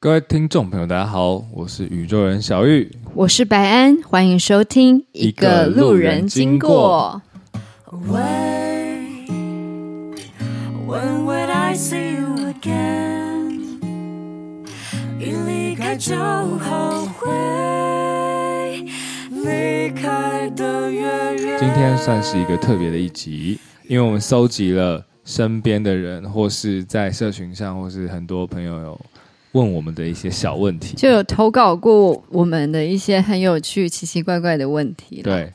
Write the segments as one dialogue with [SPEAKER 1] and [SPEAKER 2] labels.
[SPEAKER 1] 各位听众朋友，大家好，我是宇宙人小玉。
[SPEAKER 2] 我是白安，欢迎收听
[SPEAKER 1] 一个路人经过。
[SPEAKER 3] away. When would I see you again? 一离开就后悔，离开的越远。
[SPEAKER 1] 今天算是一个特别的一集，因为我们收集了身边的人，或是在社群上，或是很多朋友有问我们的一些小问题。
[SPEAKER 2] 就有投稿过我们的一些很有趣、奇奇怪怪的问题。，
[SPEAKER 1] 对，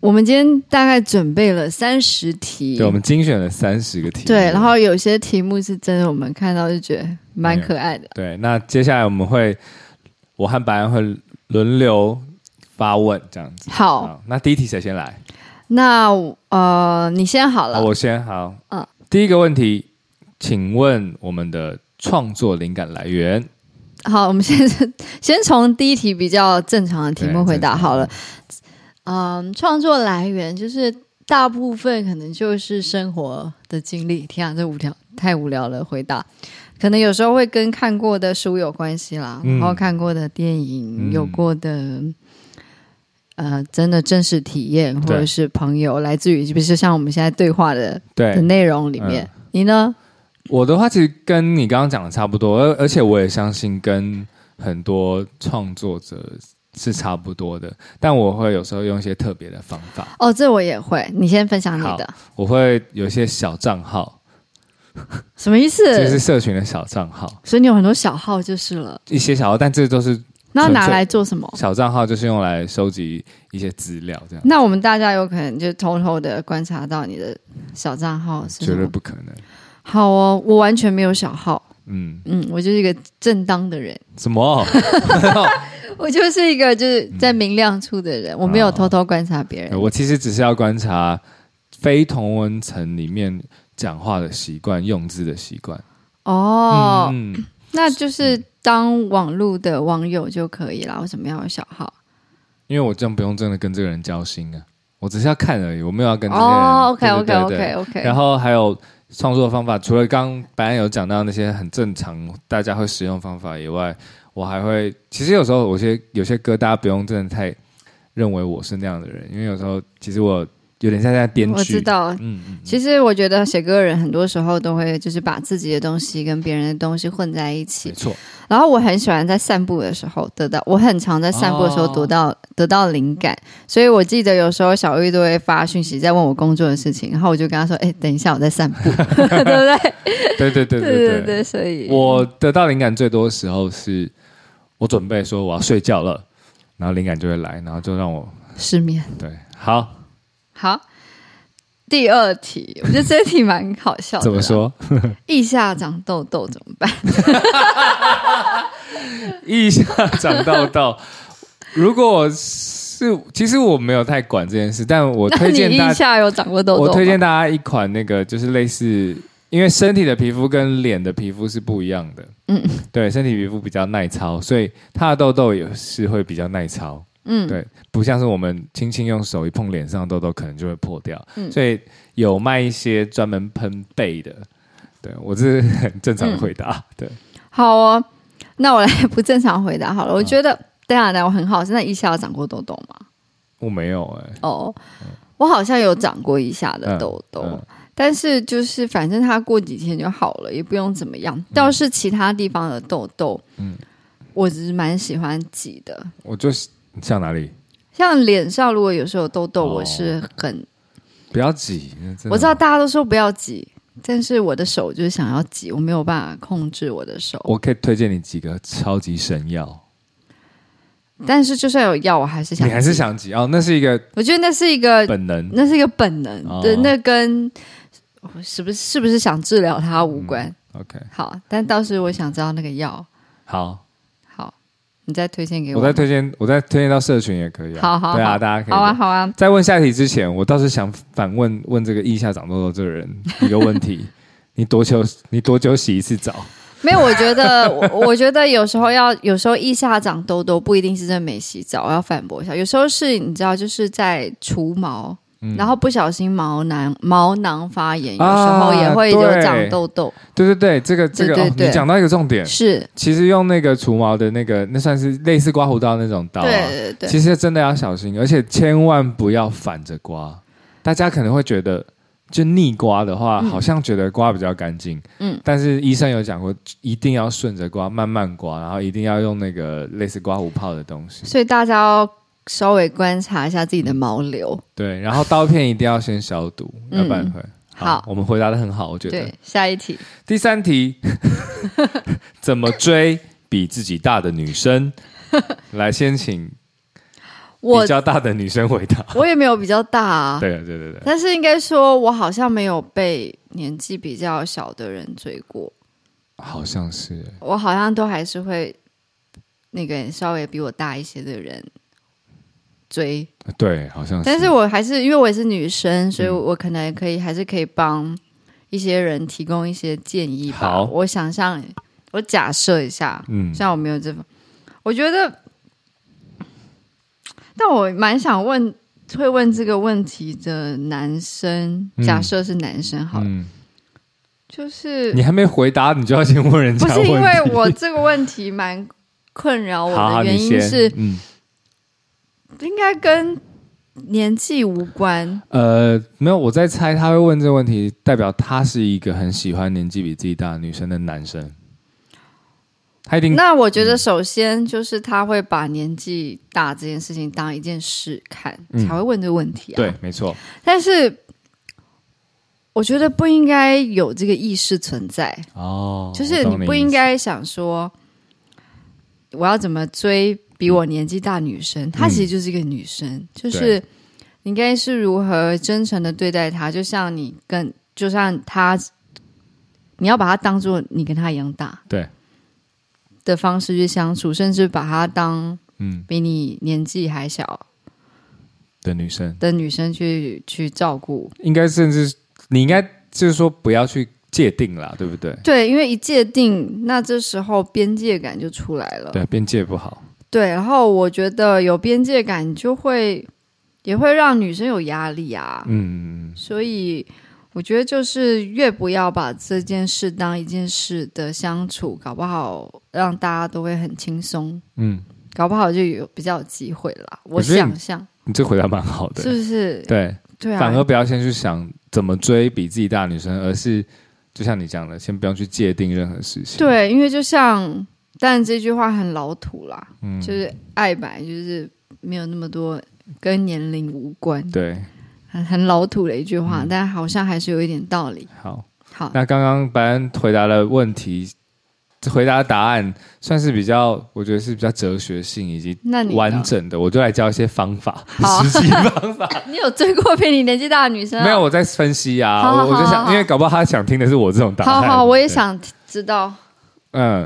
[SPEAKER 2] 我们今天大概准备了三十题
[SPEAKER 1] 对，，我们精选了三十个题目。
[SPEAKER 2] 对，然后有些题目是真的，我们看到就觉得蛮可爱的。
[SPEAKER 1] 对，那接下来我们会，我和白安会轮流发问，这样子。
[SPEAKER 2] 好，，
[SPEAKER 1] 那第一题谁先来？
[SPEAKER 2] 那呃，你先好了。
[SPEAKER 1] 好，我先好。
[SPEAKER 2] 嗯
[SPEAKER 1] 第一个问题，请问我们的创作灵感来源？
[SPEAKER 2] 好，我们先 先从第一题比较正常的题目
[SPEAKER 1] 对
[SPEAKER 2] 回答
[SPEAKER 1] 正常
[SPEAKER 2] 好了。嗯，创作来源就是大部分可能就是生活的经历。天啊，这无聊太无聊了，回答。可能有时候会跟看过的书有关系啦，
[SPEAKER 1] 嗯
[SPEAKER 2] 然后看过的电影、
[SPEAKER 1] 嗯
[SPEAKER 2] 有过的呃，真的真实体验，或者
[SPEAKER 1] 对
[SPEAKER 2] 是朋友，来自于比如说像我们现在对话的
[SPEAKER 1] 对嗯
[SPEAKER 2] 的，内容里面。你呢？
[SPEAKER 1] 我的话其实跟你刚刚讲的差不多，而而且我也相信跟很多创作者是差不多的，但我会有时候用一些特别的方法，
[SPEAKER 2] 哦，这我也会。你先分享你
[SPEAKER 1] 好
[SPEAKER 2] 的，
[SPEAKER 1] 我会有一些小账号，
[SPEAKER 2] 什么意思？
[SPEAKER 1] 就是社群的小账号，
[SPEAKER 2] 所以你有很多小号就是了。
[SPEAKER 1] 一些小号，但这都是
[SPEAKER 2] 那
[SPEAKER 1] 纯粹
[SPEAKER 2] 拿来做什么？
[SPEAKER 1] 小账号，就是用来收集一些资料，这样
[SPEAKER 2] 那我们大家有可能就偷偷的观察到你的小账号是
[SPEAKER 1] 绝
[SPEAKER 2] 什
[SPEAKER 1] 对
[SPEAKER 2] 么？
[SPEAKER 1] 不可能。
[SPEAKER 2] 好哦，我完全没有小号，
[SPEAKER 1] 嗯，
[SPEAKER 2] 嗯，我就是一个正当的人，
[SPEAKER 1] 什么？
[SPEAKER 2] 我就是一个就是在明亮处的人，我没有偷偷观察别人。
[SPEAKER 1] 我其实只是要观察非同文层里面讲话的习惯、用字的习惯。
[SPEAKER 2] 哦，
[SPEAKER 1] 嗯，
[SPEAKER 2] 那就是当网络的网友就可以啦，为什么要有小号？
[SPEAKER 1] 因为我这样不用真的跟这个人交心啊，我只是要看而已，我没有要跟这些人。
[SPEAKER 2] 哦，OK
[SPEAKER 1] 对
[SPEAKER 2] OK
[SPEAKER 1] 对对
[SPEAKER 2] OK
[SPEAKER 1] 对
[SPEAKER 2] OK，
[SPEAKER 1] 然后还有创作方法，除了刚白安有讲到那些很正常大家会使用方法以外，我还会其实有时候有些有些歌大家不用真的太认为我是那样的人，因为有时候其实我有点像在编剧。
[SPEAKER 2] 我知。道，
[SPEAKER 1] 嗯嗯，
[SPEAKER 2] 其实我觉得写歌的人很多时候都会就是把自己的东西跟别人的东西混在一起
[SPEAKER 1] 没，错。
[SPEAKER 2] 然后我很喜欢在散步的时候得到，我很常在散步的时候
[SPEAKER 1] 哦
[SPEAKER 2] 得到、得到灵感，所以我记得有时候小玉都会发讯息在问我工作的事情，然后我就跟他说：“哎、等一下，我 在散步，对 不对？”
[SPEAKER 1] 对对对对
[SPEAKER 2] 对对，所以
[SPEAKER 1] 我得到灵感最多的时候是，我准备说我要睡觉了，然后灵感就会来，然后就让我
[SPEAKER 2] 失眠。
[SPEAKER 1] 对好
[SPEAKER 2] 好，第二题，我觉得这题蛮好笑的。
[SPEAKER 1] 怎么？说？
[SPEAKER 2] 腋下长痘痘怎么办？
[SPEAKER 1] 腋下长痘痘，如果是其实我没有太管这件事，但我
[SPEAKER 2] 那
[SPEAKER 1] 推
[SPEAKER 2] 你
[SPEAKER 1] 荐
[SPEAKER 2] 腋
[SPEAKER 1] 大家，
[SPEAKER 2] 下有长过痘痘吗？
[SPEAKER 1] 我推荐大家一款那个就是类似，因为身体的皮肤跟脸的皮肤是不一样的，
[SPEAKER 2] 嗯
[SPEAKER 1] 嗯，对，身体皮肤比较耐操，所以它的痘痘也是会比较耐操。
[SPEAKER 2] 嗯，
[SPEAKER 1] 对，不像是我们轻轻用手一碰脸上的痘痘，可能就会破掉。
[SPEAKER 2] 嗯
[SPEAKER 1] 所以有卖一些专门喷背的。对我这是很正
[SPEAKER 2] 嗯
[SPEAKER 1] 常的回答。对，
[SPEAKER 2] 好哦，那我来 不正常回答好了。我觉得，等一下，等一下，我很好奇，那腋下有长过痘痘吗？
[SPEAKER 1] 我没有哎、
[SPEAKER 2] 哦，我好像有长过一下的痘痘，
[SPEAKER 1] 嗯嗯
[SPEAKER 2] 但是就是反正它过几天就好了，也不用怎么样。倒是其他地方的痘痘，
[SPEAKER 1] 嗯
[SPEAKER 2] 我只是蛮喜欢挤的。
[SPEAKER 1] 我就是像哪里
[SPEAKER 2] 像脸上如果有时候有痘痘，
[SPEAKER 1] 哦
[SPEAKER 2] 我是很、
[SPEAKER 1] 不要挤，那真的
[SPEAKER 2] 我知道。大家都说不要挤，但是我的手就是想要挤，我没有办法控制我的手。
[SPEAKER 1] 我可以推荐你几个超级神药，
[SPEAKER 2] 但是就算有药，我还是想，
[SPEAKER 1] 你还是，想挤哦，那是一个
[SPEAKER 2] 我觉得那是一个
[SPEAKER 1] 本能。
[SPEAKER 2] 那是一个本能，
[SPEAKER 1] 哦
[SPEAKER 2] 对，那跟我是不是是不是想治疗它无
[SPEAKER 1] 嗯
[SPEAKER 2] 关。
[SPEAKER 1] OK，
[SPEAKER 2] 好，但倒是我想知道那个药。
[SPEAKER 1] 好，
[SPEAKER 2] 好，你再推荐给我。
[SPEAKER 1] 我再推荐，我再推荐到社群也可以啊。
[SPEAKER 2] 好好
[SPEAKER 1] 对啊，
[SPEAKER 2] 好
[SPEAKER 1] 大家可以。
[SPEAKER 2] 好啊，好啊。
[SPEAKER 1] 在问下一题之前，我倒是想反问问这个腋下长痘痘这个人一个问 题：你多久你多久洗一次澡？
[SPEAKER 2] 没有，我觉得，我我觉得有时候要，有时候腋下长痘痘不一定是真的没洗澡，我要反驳一下。有时候是你知道，就是在除毛，
[SPEAKER 1] 嗯
[SPEAKER 2] 然后不小心毛囊毛囊发炎，有
[SPEAKER 1] 啊
[SPEAKER 2] 时候也会有长痘痘。
[SPEAKER 1] 对对对，这个这个
[SPEAKER 2] 对对
[SPEAKER 1] 哦
[SPEAKER 2] 对
[SPEAKER 1] 你讲到一个重点，
[SPEAKER 2] 是，
[SPEAKER 1] 其实用那个除毛的那个，那算是类似刮胡刀那种刀、啊，
[SPEAKER 2] 对对对，
[SPEAKER 1] 其实真的要小心，而且千万不要反着刮。大家可能会觉得，就逆刮的话，
[SPEAKER 2] 嗯
[SPEAKER 1] 好像觉得刮比较干净。
[SPEAKER 2] 嗯，
[SPEAKER 1] 但是医生有讲过，一定要顺着刮，慢慢刮，然后一定要用那个类似刮胡泡的东西。
[SPEAKER 2] 所以大家要稍微观察一下自己的毛流。
[SPEAKER 1] 对，然后刀片一定要先消毒，
[SPEAKER 2] 嗯
[SPEAKER 1] 要不然会。
[SPEAKER 2] 好
[SPEAKER 1] 我们回答的很好，我觉得
[SPEAKER 2] 对。，下一题，
[SPEAKER 1] 第三题， 怎么追比自己大的女 生？来，先请
[SPEAKER 2] 我
[SPEAKER 1] 比较大的女生回 答。
[SPEAKER 2] 我也没有比较大啊，
[SPEAKER 1] 对对对对，
[SPEAKER 2] 但是应该说我好像没有被年纪比较小的人追过，
[SPEAKER 1] 好像是。
[SPEAKER 2] 我好像都还是会那个稍微比我大一些的人追。
[SPEAKER 1] 对，好啊像是。
[SPEAKER 2] 但是我还是因为我也是女生，所以
[SPEAKER 1] 嗯
[SPEAKER 2] 我可能可以还是可以帮一些人提供一些建议吧。
[SPEAKER 1] 好
[SPEAKER 2] 我想象，我假设一下，
[SPEAKER 1] 嗯
[SPEAKER 2] 虽然我没有这方，我觉得，但我蛮想问，会问这个问题的男生，
[SPEAKER 1] 嗯
[SPEAKER 2] 假设是男生好了，
[SPEAKER 1] 嗯，
[SPEAKER 2] 就是
[SPEAKER 1] 你还没回答，你就要先问人家
[SPEAKER 2] 不是
[SPEAKER 1] 问题。
[SPEAKER 2] 因为我这个问题蛮困扰我
[SPEAKER 1] 好好，
[SPEAKER 2] 的
[SPEAKER 1] 你
[SPEAKER 2] 原因
[SPEAKER 1] 先
[SPEAKER 2] 是，
[SPEAKER 1] 嗯
[SPEAKER 2] 应该跟年纪无关。
[SPEAKER 1] 呃，没有，我在猜他会问这个问题，代表他是一个很喜欢年纪比自己大的女生的男生。他一定
[SPEAKER 2] 那我觉得，首先就是他会把年纪大这件事情当一件事看，
[SPEAKER 1] 嗯
[SPEAKER 2] 才会问这个问题啊。
[SPEAKER 1] 对，，没错，
[SPEAKER 2] 但是我觉得不应该有这个意识存在，
[SPEAKER 1] 哦，
[SPEAKER 2] 就是
[SPEAKER 1] 我
[SPEAKER 2] 你
[SPEAKER 1] 懂你
[SPEAKER 2] 不
[SPEAKER 1] 意
[SPEAKER 2] 应
[SPEAKER 1] 思，
[SPEAKER 2] 该想说我要怎么追比我年纪大女生，
[SPEAKER 1] 嗯
[SPEAKER 2] 她其实就是一个女生，就是你应该是如何真诚的对待她，就像你跟就像她，你要把她当做你跟她一样大
[SPEAKER 1] 对，
[SPEAKER 2] 的方式去相处，甚至把她当
[SPEAKER 1] 嗯，
[SPEAKER 2] 比你年纪还小
[SPEAKER 1] 的女生
[SPEAKER 2] 的女生去去照顾。
[SPEAKER 1] 应该甚至你应该就是说不要去界定啦，对不对？
[SPEAKER 2] 对，因为一界定，那这时候边界感就出来了。
[SPEAKER 1] 对，边界不好，
[SPEAKER 2] 对，然后我觉得有边界感就会也会让女生有压力啊，
[SPEAKER 1] 嗯，
[SPEAKER 2] 所以我觉得就是越不要把这件事当一件事的相处，搞不好让大家都会很轻松，
[SPEAKER 1] 嗯，
[SPEAKER 2] 搞不好就有比较有机会啦。我
[SPEAKER 1] 我觉得你
[SPEAKER 2] 想象
[SPEAKER 1] 你这回答蛮好的，
[SPEAKER 2] 是不是？
[SPEAKER 1] 对，
[SPEAKER 2] 对啊，
[SPEAKER 1] 反而不要先去想怎么追比自己大的女生，而是就像你讲的，先不用去界定任何事情。，
[SPEAKER 2] 对，因为就像，但这句话很老土啦，
[SPEAKER 1] 嗯
[SPEAKER 2] 就是爱白就是没有那么多跟年龄无关，
[SPEAKER 1] 对，
[SPEAKER 2] 很很老土的一句
[SPEAKER 1] 嗯
[SPEAKER 2] 话，但好像还是有一点道理。
[SPEAKER 1] 好。
[SPEAKER 2] 好，
[SPEAKER 1] 那刚刚白恩回答的问题，回答的答案算是比较，我觉得是比较哲学性以及
[SPEAKER 2] 那你呢
[SPEAKER 1] 完整的，我就来教一些方法，
[SPEAKER 2] 好
[SPEAKER 1] 实际方法。
[SPEAKER 2] 你有追过比你年纪大的女生、啊？
[SPEAKER 1] 没有，。我在分析啊，
[SPEAKER 2] 好好
[SPEAKER 1] 我我就
[SPEAKER 2] 好
[SPEAKER 1] 想，
[SPEAKER 2] 好
[SPEAKER 1] 因为搞不好他想听的是我这种答
[SPEAKER 2] 好
[SPEAKER 1] 案。
[SPEAKER 2] 好，我也
[SPEAKER 1] 对
[SPEAKER 2] 想知道。
[SPEAKER 1] 嗯，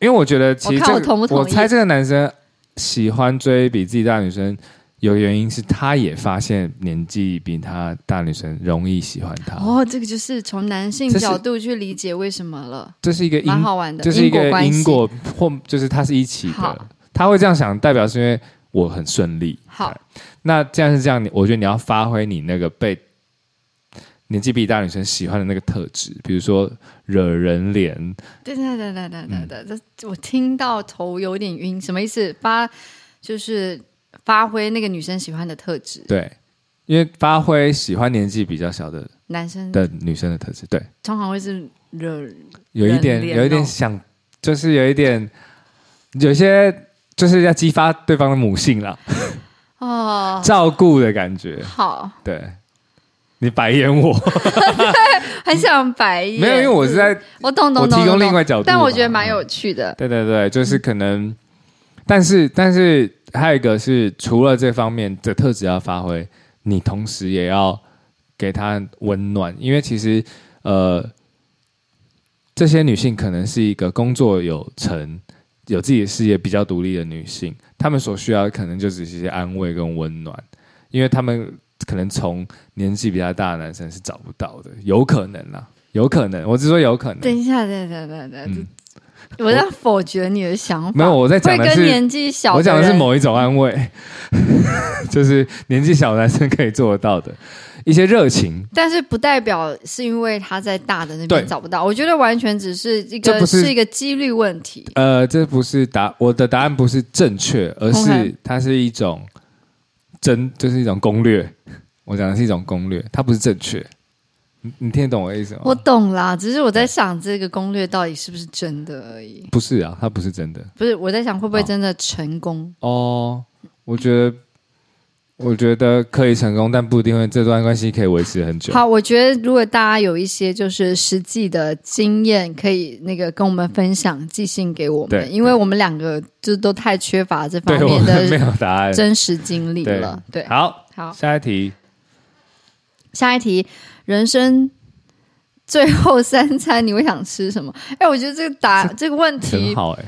[SPEAKER 1] 因为我觉得其实
[SPEAKER 2] 我看
[SPEAKER 1] 这个
[SPEAKER 2] 我同不同意
[SPEAKER 1] 猜这个男生喜欢追比自己大的女生，有原因是他也发现年纪比他大的女生容易喜欢他，
[SPEAKER 2] 哦，这个就是从男性
[SPEAKER 1] 这是
[SPEAKER 2] 角度去理解为什么了，
[SPEAKER 1] 这是一个因
[SPEAKER 2] 蛮，好玩的。
[SPEAKER 1] 这是一个
[SPEAKER 2] 关系
[SPEAKER 1] 因。果或就是它是一起的
[SPEAKER 2] 好。
[SPEAKER 1] 他会这样想，代表是因为我很顺利。哎
[SPEAKER 2] 好，
[SPEAKER 1] 那既然是这样，你我觉得你要发挥你那个被年纪比你大的女生喜欢的那个特质，比如说惹人怜，
[SPEAKER 2] 对对对对对对
[SPEAKER 1] 嗯
[SPEAKER 2] 对，这我听到头有点晕，什么意思？发就是发挥那个女生喜欢的特质，
[SPEAKER 1] 对，因为发挥喜欢年纪比较小的
[SPEAKER 2] 男生
[SPEAKER 1] 的女生的特质，对。
[SPEAKER 2] 通常会是惹
[SPEAKER 1] 有一点
[SPEAKER 2] 人，脸
[SPEAKER 1] 有一点
[SPEAKER 2] 哦
[SPEAKER 1] 想，就是有一点，有些就是要激发对方的母性啦，
[SPEAKER 2] 哦，
[SPEAKER 1] 照顾的感觉。
[SPEAKER 2] 好，
[SPEAKER 1] 对，你白眼我
[SPEAKER 2] 很想白眼。
[SPEAKER 1] 没有，因为我是在
[SPEAKER 2] 我懂懂
[SPEAKER 1] 我
[SPEAKER 2] 懂懂，
[SPEAKER 1] 提供
[SPEAKER 2] 懂
[SPEAKER 1] 另外角度嘛，
[SPEAKER 2] 但我觉得蛮有趣的。
[SPEAKER 1] 对对对，就是可能，但是但是还有一个是，除了这方面的特质要发挥，你同时也要给她温暖，因为其实呃，这些女性可能是一个工作有成、有自己的事业、比较独立的女性，她们所需要的可能就只是一些安慰跟温暖，因为她们可能从年纪比较大的男生是找不到的，有可能啦，有可能，我只说有可能。
[SPEAKER 2] 等一下，等一下，等一下，等一下
[SPEAKER 1] 嗯
[SPEAKER 2] 我在否决你的想法。
[SPEAKER 1] 没有我在讲的
[SPEAKER 2] 会
[SPEAKER 1] 是
[SPEAKER 2] 跟年纪小人，
[SPEAKER 1] 我讲的是某一种安慰， 就是年纪小男生可以做得到的一些热情。
[SPEAKER 2] 但是不代表是因为他在大的那
[SPEAKER 1] 对
[SPEAKER 2] 边找不到，我觉得完全只是一
[SPEAKER 1] 这
[SPEAKER 2] 个
[SPEAKER 1] 不是
[SPEAKER 2] 一个几率问题。
[SPEAKER 1] 呃，这不是答我的答案不是正确，而是
[SPEAKER 2] OK
[SPEAKER 1] 它是一种真，就是一种攻略。我讲的是一种攻略，它不是正确。你你听得懂我的意思吗？
[SPEAKER 2] 我懂啦，只是我在想这个攻略到底是不是真的而已。
[SPEAKER 1] 不是啊，它不是真的
[SPEAKER 2] 不是我在想会不会
[SPEAKER 1] 好
[SPEAKER 2] 真的成功？
[SPEAKER 1] 哦。我觉得，我觉得可以成功，但不一定会这段关系可以维持很久。
[SPEAKER 2] 好，我觉得如果大家有一些就是实际的经验，可以那个跟我们分享，寄信给我
[SPEAKER 1] 对
[SPEAKER 2] 们，因为我们两个就都太缺乏这方
[SPEAKER 1] 对我
[SPEAKER 2] 面
[SPEAKER 1] 们没
[SPEAKER 2] 的
[SPEAKER 1] 有答案。
[SPEAKER 2] 真实经历了。对，
[SPEAKER 1] 好，
[SPEAKER 2] 好，
[SPEAKER 1] 下一题。
[SPEAKER 2] 下一题，人生最后三餐你会想吃什么？ 哎，我觉得这个答这个问
[SPEAKER 1] 很
[SPEAKER 2] 题
[SPEAKER 1] 好哎、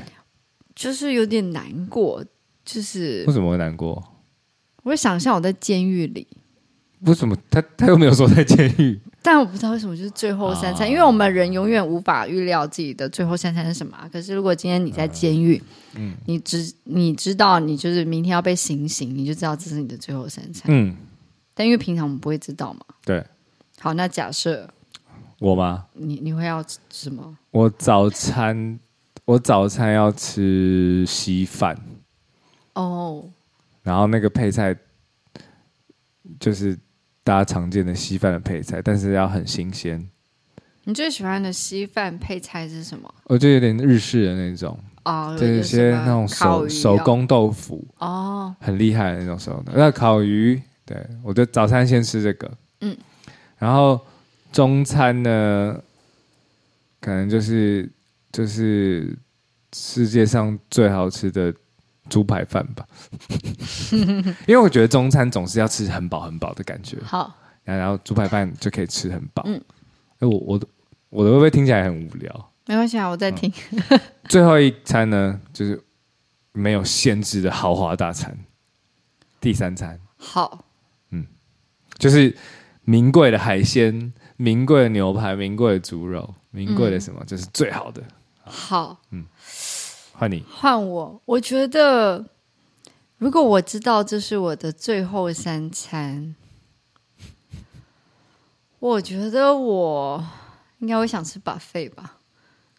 [SPEAKER 2] 就是有点难过，就是
[SPEAKER 1] 为什么会难过？
[SPEAKER 2] 我会想象我在监狱里，
[SPEAKER 1] 为什么他他又没有说在监狱？
[SPEAKER 2] 但我不知道为什么就是最后三餐，
[SPEAKER 1] 啊
[SPEAKER 2] 因为我们人永远无法预料自己的最后三餐是什么啊、可是如果今天你在监狱，
[SPEAKER 1] 嗯
[SPEAKER 2] 你知你知道你就是明天要被行刑，你就知道这是你的最后三餐。
[SPEAKER 1] 嗯，
[SPEAKER 2] 但因为平常我们不会知道嘛。
[SPEAKER 1] 对，
[SPEAKER 2] 好，那假设
[SPEAKER 1] 我吗？
[SPEAKER 2] 你你会要吃什么？
[SPEAKER 1] 我早餐我早餐要吃稀饭，
[SPEAKER 2] 哦，
[SPEAKER 1] 然后那个配菜就是大家常见的稀饭的配菜，但是要很新鲜，
[SPEAKER 2] 你最喜欢的稀饭配菜是什么？
[SPEAKER 1] 我就有点日式的那种，
[SPEAKER 2] 哦，
[SPEAKER 1] 就有
[SPEAKER 2] 有
[SPEAKER 1] 些那种手
[SPEAKER 2] 烤鱼
[SPEAKER 1] 手
[SPEAKER 2] 哦
[SPEAKER 1] 工豆腐，
[SPEAKER 2] 哦，
[SPEAKER 1] 很厉害的那种手工，那烤鱼，对我就早餐先吃这个，嗯
[SPEAKER 2] 嗯，
[SPEAKER 1] 然后中餐呢，可能就是就是世界上最好吃的猪排饭吧，因为我觉得中餐总是要吃很饱很饱的感觉，
[SPEAKER 2] 好，
[SPEAKER 1] 然后猪排饭就可以吃很饱，嗯
[SPEAKER 2] 嗯，
[SPEAKER 1] 哎我我的我的会不会听起来很无聊？
[SPEAKER 2] 没关系啊，我在听。
[SPEAKER 1] 嗯最后一餐呢，就是没有限制的豪华大餐，第三餐。
[SPEAKER 2] 好，
[SPEAKER 1] 就是名贵的海鲜、名贵的牛排、名贵的猪肉、名贵的什
[SPEAKER 2] 嗯
[SPEAKER 1] 么，就是最好的。
[SPEAKER 2] 好，
[SPEAKER 1] 换你，
[SPEAKER 2] 换我，我觉得如果我知道这是我的最后三餐，我觉得我应该会想吃 buffet 吧，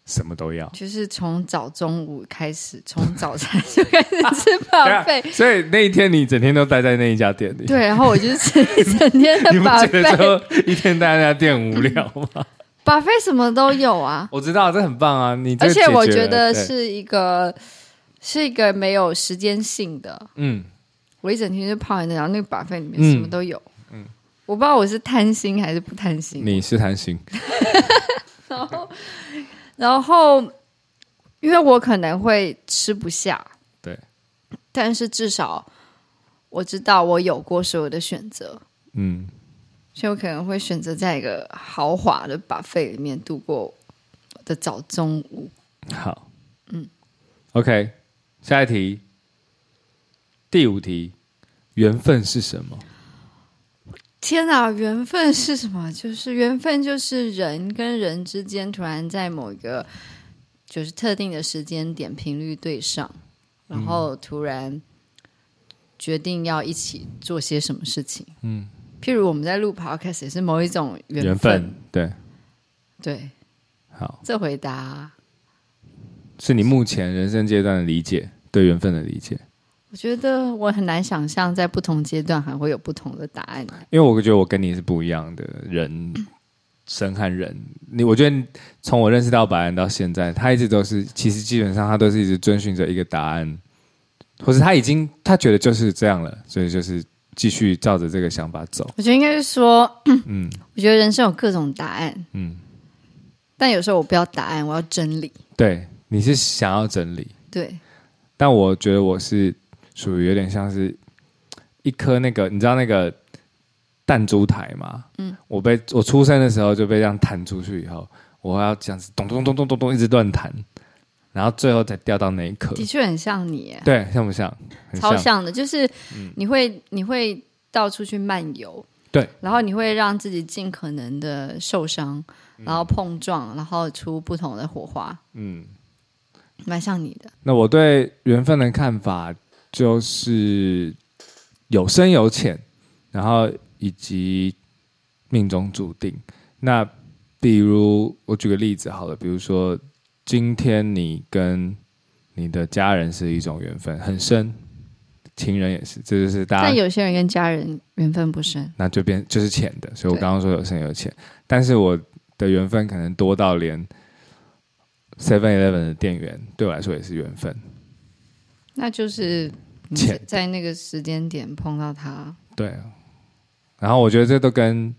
[SPEAKER 1] 什么都要。
[SPEAKER 2] 就是从早中午开始，从早餐就开始吃 buffet。
[SPEAKER 1] 所以那一天你整天都待在那一家店里，
[SPEAKER 2] 对，然后我就吃一整天 的
[SPEAKER 1] 你不觉得
[SPEAKER 2] buffet，buffet
[SPEAKER 1] 说一天待在那家店无聊吗？
[SPEAKER 2] 什么都有啊。
[SPEAKER 1] 我知道这很棒啊，你这
[SPEAKER 2] 而
[SPEAKER 1] 个
[SPEAKER 2] 且我
[SPEAKER 1] 解决
[SPEAKER 2] 觉得
[SPEAKER 1] 了，对
[SPEAKER 2] 是一个是一个没有时间性的，
[SPEAKER 1] 嗯，
[SPEAKER 2] 我一整天就泡在那，然后那个 buffet 里面
[SPEAKER 1] 嗯
[SPEAKER 2] 什么都有。嗯，我不知道我是贪心还是不贪心。
[SPEAKER 1] 你是贪心，
[SPEAKER 2] 然后，因为我可能会吃不下，
[SPEAKER 1] 对，
[SPEAKER 2] 但是至少我知道我有过所有的选择，
[SPEAKER 1] 嗯，
[SPEAKER 2] 所以我可能会选择在一个豪华的 buffet 里面度过我的早中午。
[SPEAKER 1] 好，嗯，OK，下一题，第五题，缘分是什么？
[SPEAKER 2] 天啊，缘分是什么？就是缘分，就是人跟人之间突然在某一个就是特定的时间点频率对上，然后突然决定要一起做些什么事情。嗯，譬如我们在录 podcast 也是某一种缘
[SPEAKER 1] 缘分，对，
[SPEAKER 2] 对，
[SPEAKER 1] 好。
[SPEAKER 2] 这回答
[SPEAKER 1] 是你目前人生阶段的理解，对缘分的理解。
[SPEAKER 2] 我觉得我很难想象在不同阶段还会有不同的答案。
[SPEAKER 1] 因为我觉得我跟你是不一样的人，神和人。你我觉得从我认识到白安到现在，他一直都是，其实基本上他都是一直遵循着一个答案，或是他已经他觉得就是这样了，所以就是继续照着这个想法走。
[SPEAKER 2] 我觉得应该是说，
[SPEAKER 1] 嗯
[SPEAKER 2] 我觉得人生有各种答案，
[SPEAKER 1] 嗯，
[SPEAKER 2] 但有时候我不要答案，我要真理。
[SPEAKER 1] 对，你是想要整理，
[SPEAKER 2] 对。
[SPEAKER 1] 但我觉得我是属于有点像是一颗那个，你知道那个弹珠台吗？嗯，我被我出生的时候就被这样弹出去以后，我要这样子咚咚咚咚咚咚一直乱弹，然后最后才掉到那一颗。
[SPEAKER 2] 的确很像你耶，
[SPEAKER 1] 对，像不像？很
[SPEAKER 2] 超像的，就是你会、你会到处去漫游，
[SPEAKER 1] 对，
[SPEAKER 2] 然后你会让自己尽可能
[SPEAKER 1] 嗯
[SPEAKER 2] 的受伤，然后碰撞，然后出不同的火花。
[SPEAKER 1] 嗯，
[SPEAKER 2] 蛮像你的。
[SPEAKER 1] 那我对缘分的看法就是有深有浅，然后以及命中注定。那比如我举个例子好了，比如说今天你跟你的家人是一种缘分，很深，情人也是，这就是大
[SPEAKER 2] 但
[SPEAKER 1] 家
[SPEAKER 2] 有些人跟家人缘分不深，
[SPEAKER 1] 那就变就是浅的。所以我
[SPEAKER 2] 对
[SPEAKER 1] 刚刚说有深有浅，但是我的缘分可能多到连 Seven Eleven 的店员对我来说也是缘分。
[SPEAKER 2] 那就是你
[SPEAKER 1] 浅
[SPEAKER 2] 在在那个时间点碰到他，
[SPEAKER 1] 对，然后我觉得这都跟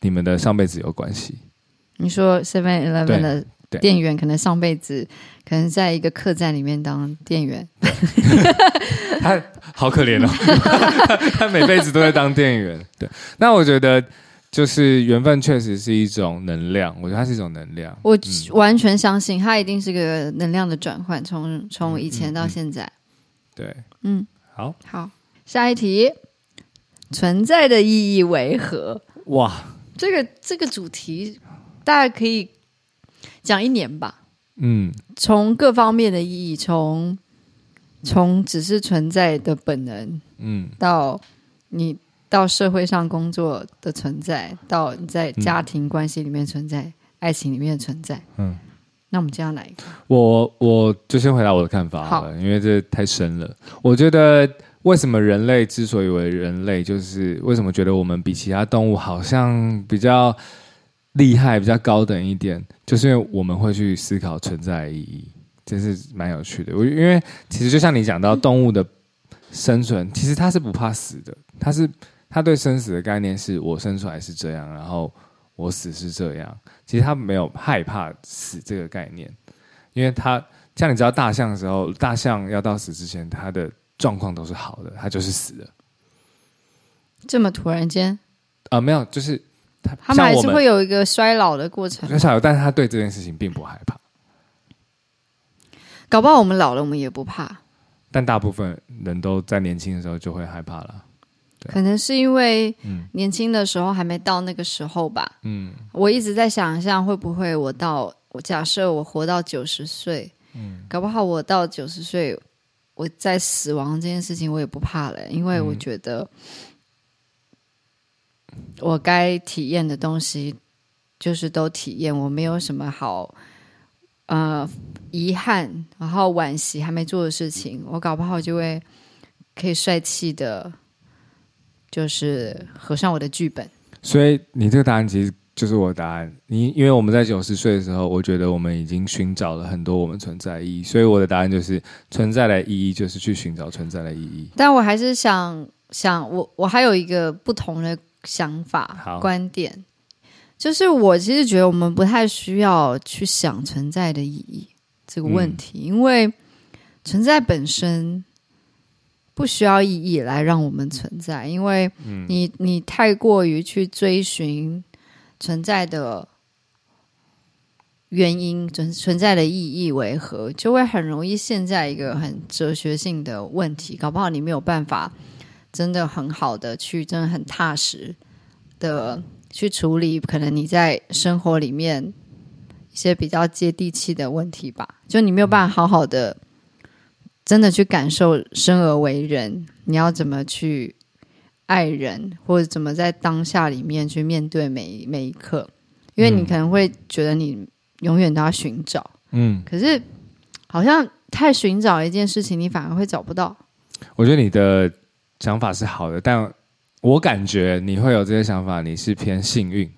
[SPEAKER 1] 你们的上辈子有关系。
[SPEAKER 2] 你说 Seven Eleven 的
[SPEAKER 1] 对
[SPEAKER 2] 店员可能上辈子可能在一个客栈里面当店员，
[SPEAKER 1] 他好可怜哦，哦他每辈子都在当店员。对，那我觉得就是缘分确实是一种能量，我觉得它是一种能量。嗯
[SPEAKER 2] 我完全相信他一定是个能量的转换，从从以
[SPEAKER 1] 嗯
[SPEAKER 2] 前到现在。
[SPEAKER 1] 对，
[SPEAKER 2] 嗯，
[SPEAKER 1] 好
[SPEAKER 2] 好，下一题，存在的意义为何？
[SPEAKER 1] 哇，
[SPEAKER 2] 这个这个主题大概可以讲一年吧，
[SPEAKER 1] 嗯
[SPEAKER 2] 从各方面的意义，从从只是存在的本能，
[SPEAKER 1] 嗯
[SPEAKER 2] 到你到社会上工作的存在，到你在家庭关系里面存在，爱情里面存在。
[SPEAKER 1] 嗯，
[SPEAKER 2] 那我们这样来一个，
[SPEAKER 1] 我我就先回答我的看法好了，因为这太深了。我觉得为什么人类之所以为人类，就是为什么觉得我们比其他动物好像比较厉害、比较高等一点，就是因为我们会去思考存在的意义，这是蛮有趣的。我因为其实就像你讲到动物的生存，其实它是不怕死的，它是它对生死的概念是我生出来是这样，然后我死是这样，其实它没有害怕死这个概念。因为它像你知道大象的时候，大象要到死之前，它的状况都是好的，它就是死了
[SPEAKER 2] 这么突然间，
[SPEAKER 1] 啊、没有，就是它
[SPEAKER 2] 他们还
[SPEAKER 1] 像我
[SPEAKER 2] 是会
[SPEAKER 1] 们
[SPEAKER 2] 有一个衰老的过程。
[SPEAKER 1] 很少有，但是它对这件事情并不害怕。
[SPEAKER 2] 搞不好我们老了，我们也不怕。
[SPEAKER 1] 但大部分人都在年轻的时候就会害怕了。对
[SPEAKER 2] 可能是因为
[SPEAKER 1] 嗯
[SPEAKER 2] 年轻的时候还没到那个时候吧。
[SPEAKER 1] 嗯
[SPEAKER 2] 我一直在想象会不会我到我假设我活到九十岁，嗯，搞不好我到九十岁，我在死亡这件事情我也不怕了，因为我觉得我该体验的东西就是都体验，我没有什么好呃遗憾，然后惋惜还没做的事情，我搞不好就会可以帅气的。就是合上我的剧本，
[SPEAKER 1] 所以你这个答案其实就是我的答案。你因为我们在九十岁的时候，我觉得我们已经寻找了很多我们存在的意义，所以我的答案就是存在的意义就是去寻找存在的意义。
[SPEAKER 2] 但我还是想想，我我还有一个不同的想法
[SPEAKER 1] 好
[SPEAKER 2] 观点，就是我其实觉得我们不太需要去想存在的意义这个问题，因为存在本身不需要意义来让我们存在，因为你你太过于去追寻存在的。原因存存在的意义为何，就会很容易陷在一个很哲学性的问题，搞不好你没有办法真的很好的去，真的很踏实的去处理，可能你在生活里面一些比较接地气的问题吧，就你没有办法好好的真的去感受生而为人，你要怎么去爱人，或者怎么在当下里面去面对每每一刻，因为你
[SPEAKER 1] 嗯
[SPEAKER 2] 可能会觉得你永远都要寻找，
[SPEAKER 1] 嗯，
[SPEAKER 2] 可是好像太寻找一件事情，你反而会找不到。
[SPEAKER 1] 我觉得你的想法是好的，但我感觉你会有这些想法，你是偏幸运。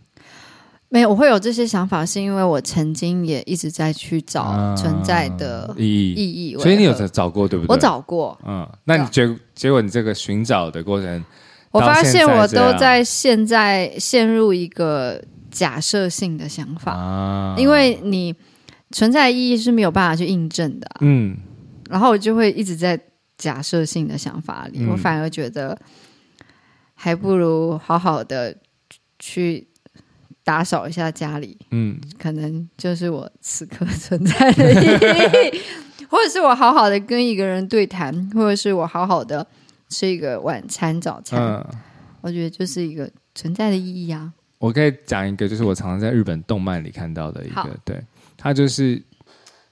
[SPEAKER 2] 没有，我会有这些想法，是因为我曾经也一直在去找
[SPEAKER 1] 啊
[SPEAKER 2] 存在的
[SPEAKER 1] 意义，
[SPEAKER 2] 哦意义为何、
[SPEAKER 1] 所以你有找找过对不对？
[SPEAKER 2] 我，找过，
[SPEAKER 1] 嗯，那你
[SPEAKER 2] 对啊
[SPEAKER 1] 结结果你这个寻找的过程，
[SPEAKER 2] 我发现
[SPEAKER 1] 到现
[SPEAKER 2] 我
[SPEAKER 1] 在这样
[SPEAKER 2] 都在现在陷入一个假设性的想法，
[SPEAKER 1] 啊
[SPEAKER 2] 因为你存在意义是没有办法去印证的啊、
[SPEAKER 1] 嗯
[SPEAKER 2] 然后我就会一直在假设性的想法里，
[SPEAKER 1] 嗯
[SPEAKER 2] 我反而觉得还不如好好的去打扫一下家里，
[SPEAKER 1] 嗯
[SPEAKER 2] 可能就是我此刻 存在的意义，或者是我好好的跟一个人对谈，或者是我好好的吃一个晚餐、早餐，
[SPEAKER 1] 嗯，
[SPEAKER 2] 我觉得就是一个存在的意义啊。
[SPEAKER 1] 我可以讲一个，就是我常常在日本动漫里看到的一
[SPEAKER 2] 好
[SPEAKER 1] 个，对，它就是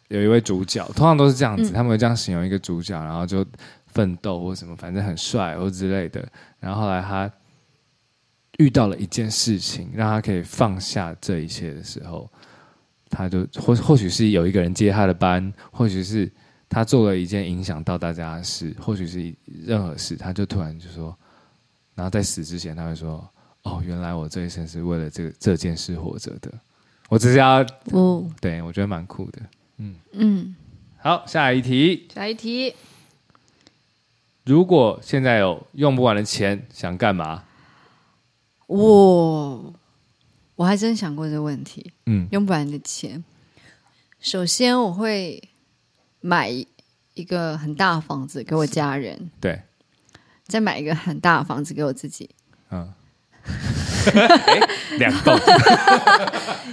[SPEAKER 1] 有一位主角，通常都是这样子，
[SPEAKER 2] 嗯
[SPEAKER 1] 他们会这样形容一个主角，然后就奋斗或什么，反正很帅或之类的。然后后来他遇到了一件事情，让他可以放下这一切的时候，他就或或许是有一个人接他的班，或许是他做了一件影响到大家的事，或许是任何事，他就突然就说，然后在死之前他会说：“哦，原来我这一生是为了这个这件事活着的。”我只是要
[SPEAKER 2] 哦，
[SPEAKER 1] 对我觉得蛮酷的。
[SPEAKER 2] 嗯，
[SPEAKER 1] 好，下一题，
[SPEAKER 2] 下一题，
[SPEAKER 1] 如果现在有用不完的钱，想干嘛？
[SPEAKER 2] 哇，我还真想过这个问题，
[SPEAKER 1] 嗯，
[SPEAKER 2] 用不完的钱。首先，我会买一个很大的房子给我家人，
[SPEAKER 1] 对，
[SPEAKER 2] 再买一个很大的房子给我自己。
[SPEAKER 1] 嗯，两 栋，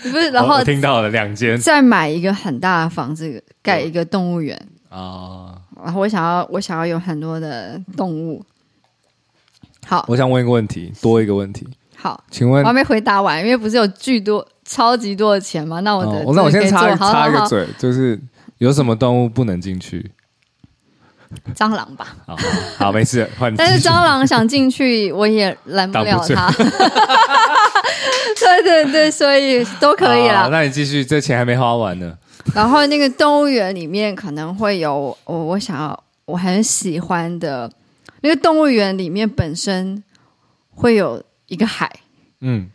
[SPEAKER 2] 不是，然后
[SPEAKER 1] 哦我听到了两 间
[SPEAKER 2] 再买一个很大的房子，盖一个动物园。
[SPEAKER 1] 啊。
[SPEAKER 2] 然后我想要，我想要有很多的动物。好
[SPEAKER 1] 我嗯想问一个问题，多一个问题，
[SPEAKER 2] 好，
[SPEAKER 1] 请
[SPEAKER 2] 我
[SPEAKER 1] 问
[SPEAKER 2] 还没回答完，因为不是有巨多、超级多的钱吗？那我的、
[SPEAKER 1] 哦那我先插一
[SPEAKER 2] 好
[SPEAKER 1] 插一
[SPEAKER 2] 好
[SPEAKER 1] 个
[SPEAKER 2] 好
[SPEAKER 1] 嘴，就是有什么动物不能进去？
[SPEAKER 2] 蟑螂吧。
[SPEAKER 1] 好，好好，没事，换你继续。
[SPEAKER 2] 但是蟑螂想进去，我也拦不
[SPEAKER 1] 挡
[SPEAKER 2] 了
[SPEAKER 1] 不住
[SPEAKER 2] 它。 对对对，所以都可以
[SPEAKER 1] 好
[SPEAKER 2] 啦。
[SPEAKER 1] 哦那你继续，这钱还没花完呢。
[SPEAKER 2] 然后那个动物园里面可能会有我我想要我很喜欢的那个动物园里面本身会有一个海，
[SPEAKER 1] 嗯，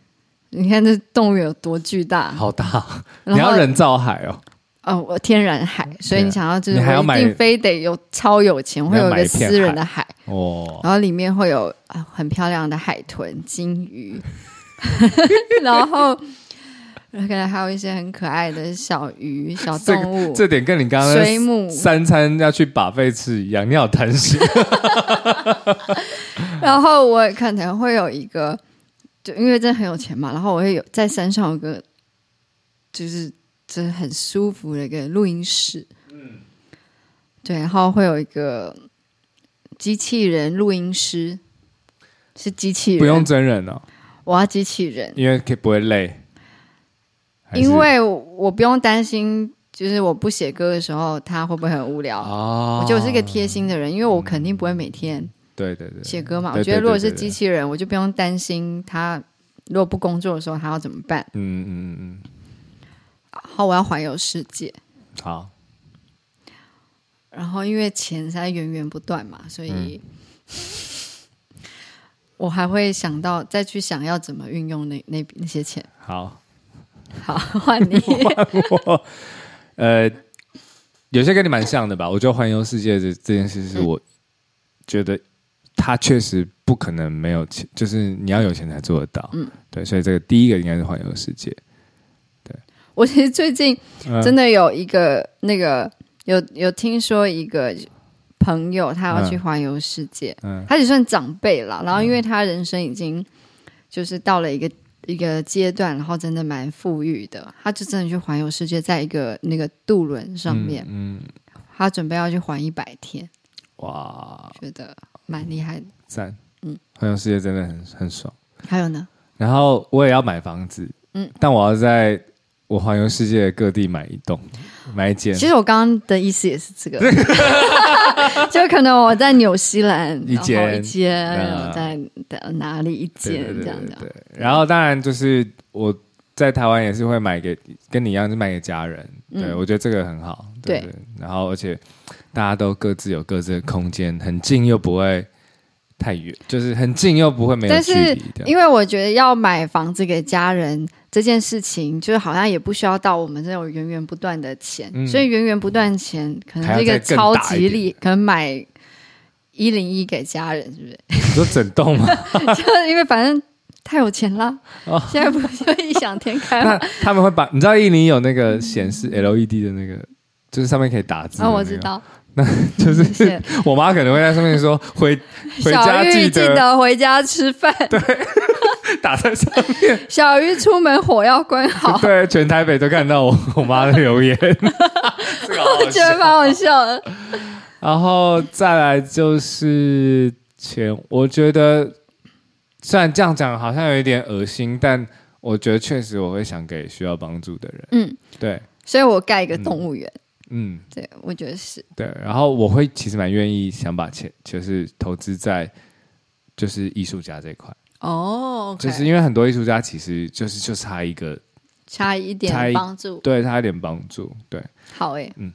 [SPEAKER 2] 你看这动物园有多巨大，
[SPEAKER 1] 好大，
[SPEAKER 2] 然
[SPEAKER 1] 你
[SPEAKER 2] 后
[SPEAKER 1] 要人造海哦，
[SPEAKER 2] 哦，我天然海，所以你想要就是
[SPEAKER 1] 嗯你还要
[SPEAKER 2] 我一
[SPEAKER 1] 买
[SPEAKER 2] 定非得有超有钱，会有
[SPEAKER 1] 你要买
[SPEAKER 2] 个
[SPEAKER 1] 一片
[SPEAKER 2] 私人的海，
[SPEAKER 1] 哦，
[SPEAKER 2] 然后里面会有啊很漂亮的海豚、金鱼， 然后可能还有一些很可爱的小鱼、小
[SPEAKER 1] 这个
[SPEAKER 2] 动物、
[SPEAKER 1] 这点跟你刚刚
[SPEAKER 2] 水母，
[SPEAKER 1] 三餐要去把费吃一样，你好贪 心。
[SPEAKER 2] 然后我可能会有一个，就因为真的很有钱嘛，然后我会有在山上有个，就是就是很舒服的一个录音室，嗯，对，然后会有一个机器人录音师，是机器人，
[SPEAKER 1] 不用，真人哦，
[SPEAKER 2] 我要机器人，
[SPEAKER 1] 因为可以不会累。还是
[SPEAKER 2] 因为我不用担心，就是我不写歌的时候，他会不会很无聊？
[SPEAKER 1] 哦，
[SPEAKER 2] 我觉得我是一个贴心的人，因为我肯定不会每天
[SPEAKER 1] 对对对，
[SPEAKER 2] 写歌嘛。
[SPEAKER 1] 对
[SPEAKER 2] 我觉得
[SPEAKER 1] 对
[SPEAKER 2] 如果
[SPEAKER 1] 对
[SPEAKER 2] 是
[SPEAKER 1] 对
[SPEAKER 2] 机器人，我就不用担心他如果不工作的时候他要怎么办。
[SPEAKER 1] 嗯嗯嗯
[SPEAKER 2] 然后我要环游世界，
[SPEAKER 1] 嗯，好，
[SPEAKER 2] 然后因为钱在源源不断嘛，所以、
[SPEAKER 1] 嗯
[SPEAKER 2] 我还会想到再去想要怎么运用那那笔那些钱。
[SPEAKER 1] 好，
[SPEAKER 2] 好，换你。
[SPEAKER 1] 我呃，有些跟你蛮像的吧？我觉得环游世界这这件事是我觉得它确实不可能没有钱，就是你要有钱才做得到。嗯，对，所以这个第一个应该是环游世界。
[SPEAKER 2] 我其实最近
[SPEAKER 1] 嗯
[SPEAKER 2] 真的有一个、那个有有听说一个朋友，他要去环游世界，
[SPEAKER 1] 嗯
[SPEAKER 2] 他只算长辈了。然后因为他人生已经就是到了一个一个阶段，然后真的蛮富裕的，他就真的去环游世界，在一个那个渡轮上面，
[SPEAKER 1] 嗯，嗯
[SPEAKER 2] 他准备要去环一百天，
[SPEAKER 1] 哇，
[SPEAKER 2] 觉得蛮厉害的。
[SPEAKER 1] 赞，嗯，环游世界真的很很爽。
[SPEAKER 2] 还有呢，
[SPEAKER 1] 然后我也要买房子，
[SPEAKER 2] 嗯
[SPEAKER 1] 嗯，但我要在我环游世界各地买一栋，买一间
[SPEAKER 2] 哦其。实我刚刚的意思也是这个， 就可能我在纽西兰
[SPEAKER 1] 一间
[SPEAKER 2] 然后一间，
[SPEAKER 1] 嗯
[SPEAKER 2] 然后在在哪里一
[SPEAKER 1] 对
[SPEAKER 2] 间
[SPEAKER 1] 对对
[SPEAKER 2] 这样
[SPEAKER 1] 对
[SPEAKER 2] 子啊。
[SPEAKER 1] 对。然后当然就是我在台湾也是会买给跟你一样是买给家人，
[SPEAKER 2] 嗯
[SPEAKER 1] 对我觉得这个很好，对
[SPEAKER 2] 对
[SPEAKER 1] 对。然后而且大家都各自有各自的空间，很近又不会太远，就是很近又不会没有
[SPEAKER 2] 但
[SPEAKER 1] 距
[SPEAKER 2] 是
[SPEAKER 1] 离这样。
[SPEAKER 2] 因为我觉得要买房子给家人这件事情，就是好像也不需要到我们这种源源不断的钱，
[SPEAKER 1] 嗯
[SPEAKER 2] 所以源源不断钱可能
[SPEAKER 1] 还要
[SPEAKER 2] 是一个
[SPEAKER 1] 再更
[SPEAKER 2] 超
[SPEAKER 1] 大一
[SPEAKER 2] 级
[SPEAKER 1] 点
[SPEAKER 2] 力，可能买一零一给家人，是不 是？
[SPEAKER 1] 你说整栋 嘛，
[SPEAKER 2] 就因为反正太有钱了，
[SPEAKER 1] 哦
[SPEAKER 2] 现在不就异想天开
[SPEAKER 1] 那
[SPEAKER 2] 吗？
[SPEAKER 1] 他们会把你知道印尼有那个显示 LED 的那个，就是上面可以打字的那
[SPEAKER 2] 啊，
[SPEAKER 1] 个。
[SPEAKER 2] 我知道，
[SPEAKER 1] 就是
[SPEAKER 2] 谢谢
[SPEAKER 1] 我妈可能会在上面说回回
[SPEAKER 2] 小
[SPEAKER 1] 家
[SPEAKER 2] 玉
[SPEAKER 1] 记
[SPEAKER 2] 记得回家吃饭，
[SPEAKER 1] 打在上面，，
[SPEAKER 2] 小玉出门火要关好
[SPEAKER 1] 对，全台北都看到我我妈的留言， 这个好好
[SPEAKER 2] 我觉得
[SPEAKER 1] 笑。
[SPEAKER 2] 蛮好笑的。
[SPEAKER 1] 然后再来就是钱，我觉得虽然这样讲好像有一点恶心，但我觉得确实我会想给需要帮助的人。
[SPEAKER 2] 嗯，
[SPEAKER 1] 对，
[SPEAKER 2] 所以我盖一个动物园，
[SPEAKER 1] 嗯，
[SPEAKER 2] 对，我觉得是，
[SPEAKER 1] 对。然后我会其实蛮愿意想把钱就是投资在就是艺术家这一块
[SPEAKER 2] 哦，
[SPEAKER 1] 就是因为很多艺术家其实就是就差一个，
[SPEAKER 2] 差一
[SPEAKER 1] 差
[SPEAKER 2] 点
[SPEAKER 1] 一
[SPEAKER 2] 帮助，
[SPEAKER 1] 对他有点帮助，对。
[SPEAKER 2] 好诶，
[SPEAKER 1] 嗯，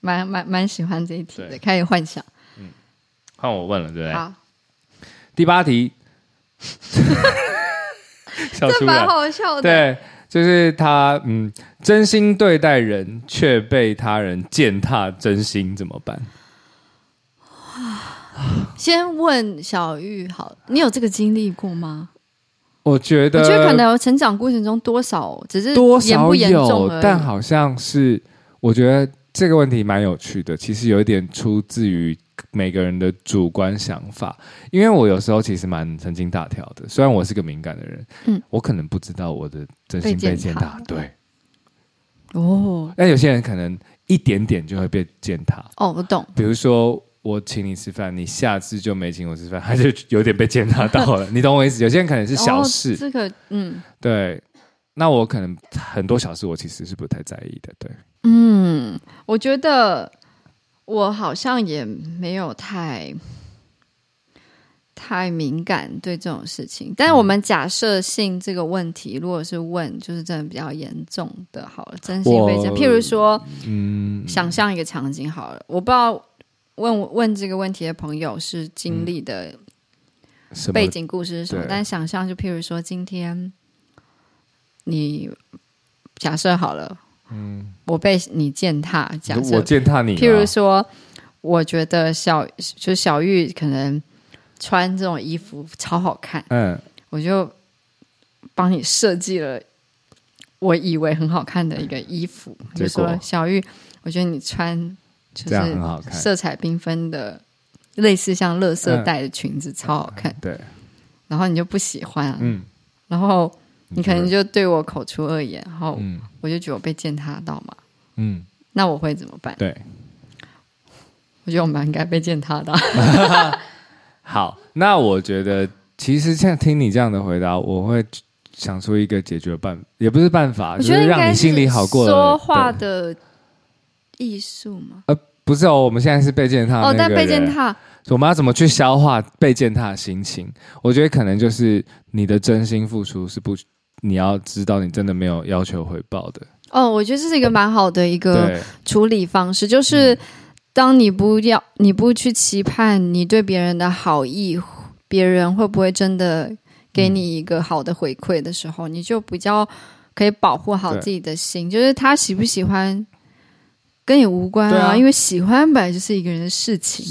[SPEAKER 2] 蛮蛮蛮喜欢这一题的，
[SPEAKER 1] 对
[SPEAKER 2] 开始幻想。
[SPEAKER 1] 换我问了，对不对？
[SPEAKER 2] 好，
[SPEAKER 1] 第八 题，笑
[SPEAKER 2] 这
[SPEAKER 1] 出
[SPEAKER 2] 蛮
[SPEAKER 1] 来，
[SPEAKER 2] 好笑的。
[SPEAKER 1] 对，就是他，嗯，真心对待人，却被他人践踏真心，怎么办？
[SPEAKER 2] 先问小玉好，你有这个经历过吗？
[SPEAKER 1] 我觉得，
[SPEAKER 2] 我觉得可能成长过程中多少只是
[SPEAKER 1] 呃多
[SPEAKER 2] 严
[SPEAKER 1] 少
[SPEAKER 2] 不严重而
[SPEAKER 1] 有，
[SPEAKER 2] 已。
[SPEAKER 1] 但好像是，我觉得这个问题蛮有趣的，其实有一点出自于每个人的主观想法，因为我有时候其实蛮神经大条的，虽然我是个敏感的人，
[SPEAKER 2] 嗯
[SPEAKER 1] 我可能不知道我的真
[SPEAKER 2] 被
[SPEAKER 1] 心被
[SPEAKER 2] 践
[SPEAKER 1] 践
[SPEAKER 2] 踏
[SPEAKER 1] 踏，对，
[SPEAKER 2] 哦
[SPEAKER 1] 但有些人可能一点点就会被践踏，
[SPEAKER 2] 哦，我懂。
[SPEAKER 1] 比如说。我请你吃饭，你下次就没请我吃饭，他就有点被践踏到 了。你懂我意思？有些人可能是小
[SPEAKER 2] 哦
[SPEAKER 1] 事，
[SPEAKER 2] 这个嗯
[SPEAKER 1] 对。那我可能很多小事，我其实是不太在意的，对。
[SPEAKER 2] 嗯，我觉得我好像也没有太太敏感对这种事情。但是我们假设性这个问题，如果是问就是真的比较严重的，好了，真心被讲，
[SPEAKER 1] 我
[SPEAKER 2] 譬如说。
[SPEAKER 1] 嗯，
[SPEAKER 2] 想象一个场景好了，我不知道问问这个问题的朋友是经历的
[SPEAKER 1] 什么
[SPEAKER 2] 背景故事是什么，
[SPEAKER 1] 对
[SPEAKER 2] 但想象就譬如说今天你假设好了，嗯，我被你践踏，假设
[SPEAKER 1] 我践踏你、啊，
[SPEAKER 2] 譬如说，我觉得小就小玉可能穿这种衣服超好看，
[SPEAKER 1] 嗯，
[SPEAKER 2] 我就帮你设计了我以为很好看的一个衣服，我就
[SPEAKER 1] 嗯结果
[SPEAKER 2] 说小玉，我觉得你穿就
[SPEAKER 1] 这样很
[SPEAKER 2] 是
[SPEAKER 1] 好看，嗯
[SPEAKER 2] 色彩缤纷的，类似像乐色带的裙子，超好看，
[SPEAKER 1] 对，
[SPEAKER 2] 然后你就不喜欢、啊，
[SPEAKER 1] 嗯，
[SPEAKER 2] 然后你可能就对我口出恶言，然后
[SPEAKER 1] 嗯
[SPEAKER 2] 我就觉得我被践踏到嘛，
[SPEAKER 1] 嗯，
[SPEAKER 2] 那我会怎么办？
[SPEAKER 1] 对，
[SPEAKER 2] 我觉得我蛮应该被践踏
[SPEAKER 1] 啊
[SPEAKER 2] 的，
[SPEAKER 1] 好，那我觉得其实像听你这样的回答，我会想出一个解决办，也不是办法，
[SPEAKER 2] 我觉
[SPEAKER 1] 就
[SPEAKER 2] 得
[SPEAKER 1] 是
[SPEAKER 2] 应
[SPEAKER 1] 让
[SPEAKER 2] 该
[SPEAKER 1] 你心里好过
[SPEAKER 2] 是
[SPEAKER 1] 了
[SPEAKER 2] 说话
[SPEAKER 1] 对
[SPEAKER 2] 的艺术嘛。
[SPEAKER 1] 不是哦，我们现在是被践踏的
[SPEAKER 2] 哦，
[SPEAKER 1] 那
[SPEAKER 2] 但
[SPEAKER 1] 个
[SPEAKER 2] 被践
[SPEAKER 1] 人
[SPEAKER 2] 踏，
[SPEAKER 1] 我们要怎么去消化被践踏的心情？我觉得可能就是你的真心付出是不，你要知道你真的没有要求回报的，
[SPEAKER 2] 哦，我觉得这是一个蛮好的一个
[SPEAKER 1] 对，
[SPEAKER 2] 处理方式，
[SPEAKER 1] 嗯
[SPEAKER 2] 就是当你不要你不去期盼你对别人的好意，别人会不会真的给你一个好的回馈的时候，你就比较可以保护好
[SPEAKER 1] 对
[SPEAKER 2] 自己的心，就是他喜不喜欢。跟你无关
[SPEAKER 1] 对啊
[SPEAKER 2] 因为喜欢本来就是一个人的事情。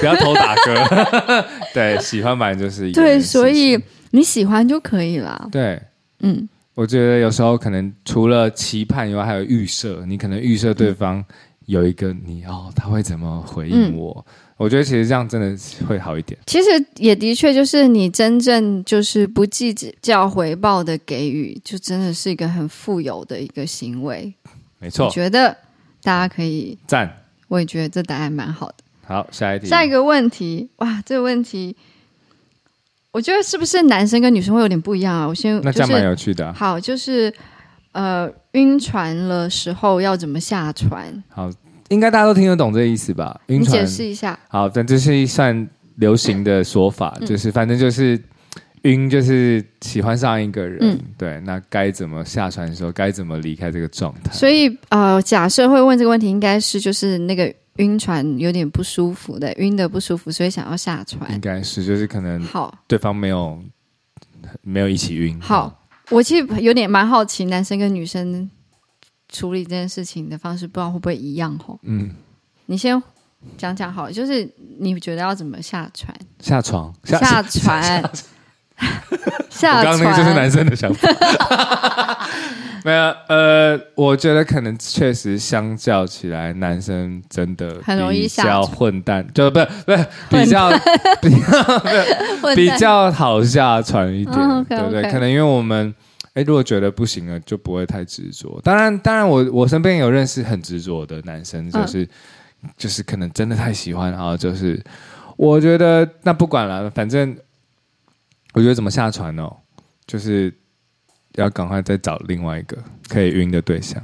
[SPEAKER 1] 不要偷打嗝， 对，喜欢本来就是一个人
[SPEAKER 2] 对，
[SPEAKER 1] 的事
[SPEAKER 2] 所以
[SPEAKER 1] 情
[SPEAKER 2] 你喜欢就可以 啦。
[SPEAKER 1] 对。
[SPEAKER 2] 嗯，
[SPEAKER 1] 我觉得有时候可能除了期盼以外，还有预设。你可能预设对方有一个你哦，他会怎么回应我？
[SPEAKER 2] 嗯
[SPEAKER 1] 我觉得其实这样真的会好一点。
[SPEAKER 2] 其实也的确，就是你真正就是不计较回报的给予，就真的是一个很富有的一个行为。
[SPEAKER 1] 没
[SPEAKER 2] 我
[SPEAKER 1] 错，
[SPEAKER 2] 觉得大家可以，
[SPEAKER 1] 赞。
[SPEAKER 2] 我也觉得这答案蛮好的。
[SPEAKER 1] 好，下一题。
[SPEAKER 2] 下一个问题，哇，这个问题，我觉得是不是男生跟女生会有点不一样啊？我先
[SPEAKER 1] 那这样
[SPEAKER 2] 就
[SPEAKER 1] 蛮
[SPEAKER 2] 是
[SPEAKER 1] 有趣的啊、
[SPEAKER 2] 好，就是呃，晕船了时候要怎么下船？
[SPEAKER 1] 好，应该大家都听得懂这意思吧？晕
[SPEAKER 2] 你解
[SPEAKER 1] 船。
[SPEAKER 2] 释一下。
[SPEAKER 1] 好，但这是一算流行的说法，
[SPEAKER 2] 嗯
[SPEAKER 1] 就是反正就是晕，就是喜欢上一个人。
[SPEAKER 2] 嗯
[SPEAKER 1] 对，那该怎么下船的时候，该怎么离开这个状态？
[SPEAKER 2] 所以呃，假设会问这个问题，应该是就是那个晕船有点不舒服的，晕的不舒服，所以想要下
[SPEAKER 1] 应
[SPEAKER 2] 船。
[SPEAKER 1] 该是就是可能
[SPEAKER 2] 好，
[SPEAKER 1] 对方没有没有一起晕。
[SPEAKER 2] 好，我其实有点蛮好奇，男生跟女生处理这件事情的方式，不知道会不会一样吼？
[SPEAKER 1] 嗯，
[SPEAKER 2] 你先讲讲好了，就是你觉得要怎么下船？
[SPEAKER 1] 下床下
[SPEAKER 2] 下船，
[SPEAKER 1] 我
[SPEAKER 2] 下
[SPEAKER 1] 刚刚那个就是
[SPEAKER 2] 船
[SPEAKER 1] 男，生的想法。 没有，呃，我觉得可能确实相较起来，男生真的
[SPEAKER 2] 很容易
[SPEAKER 1] 比
[SPEAKER 2] 下
[SPEAKER 1] 较
[SPEAKER 2] 床
[SPEAKER 1] 混蛋，就不是不是比较比较没有
[SPEAKER 2] 混
[SPEAKER 1] 比
[SPEAKER 2] 蛋
[SPEAKER 1] 较好下船一点，
[SPEAKER 2] 嗯，OK，
[SPEAKER 1] 对不对
[SPEAKER 2] OK
[SPEAKER 1] 可能因为我们，哎，如果觉得不行了，就不会太执着。当然，当然我，我身边有认识很执着的男
[SPEAKER 2] 嗯
[SPEAKER 1] 生，就是、就是可能真的太喜欢，然后就是我觉得那不管了，反正我觉得怎么下船哦，就是要赶快再找另外一个可以晕的对象。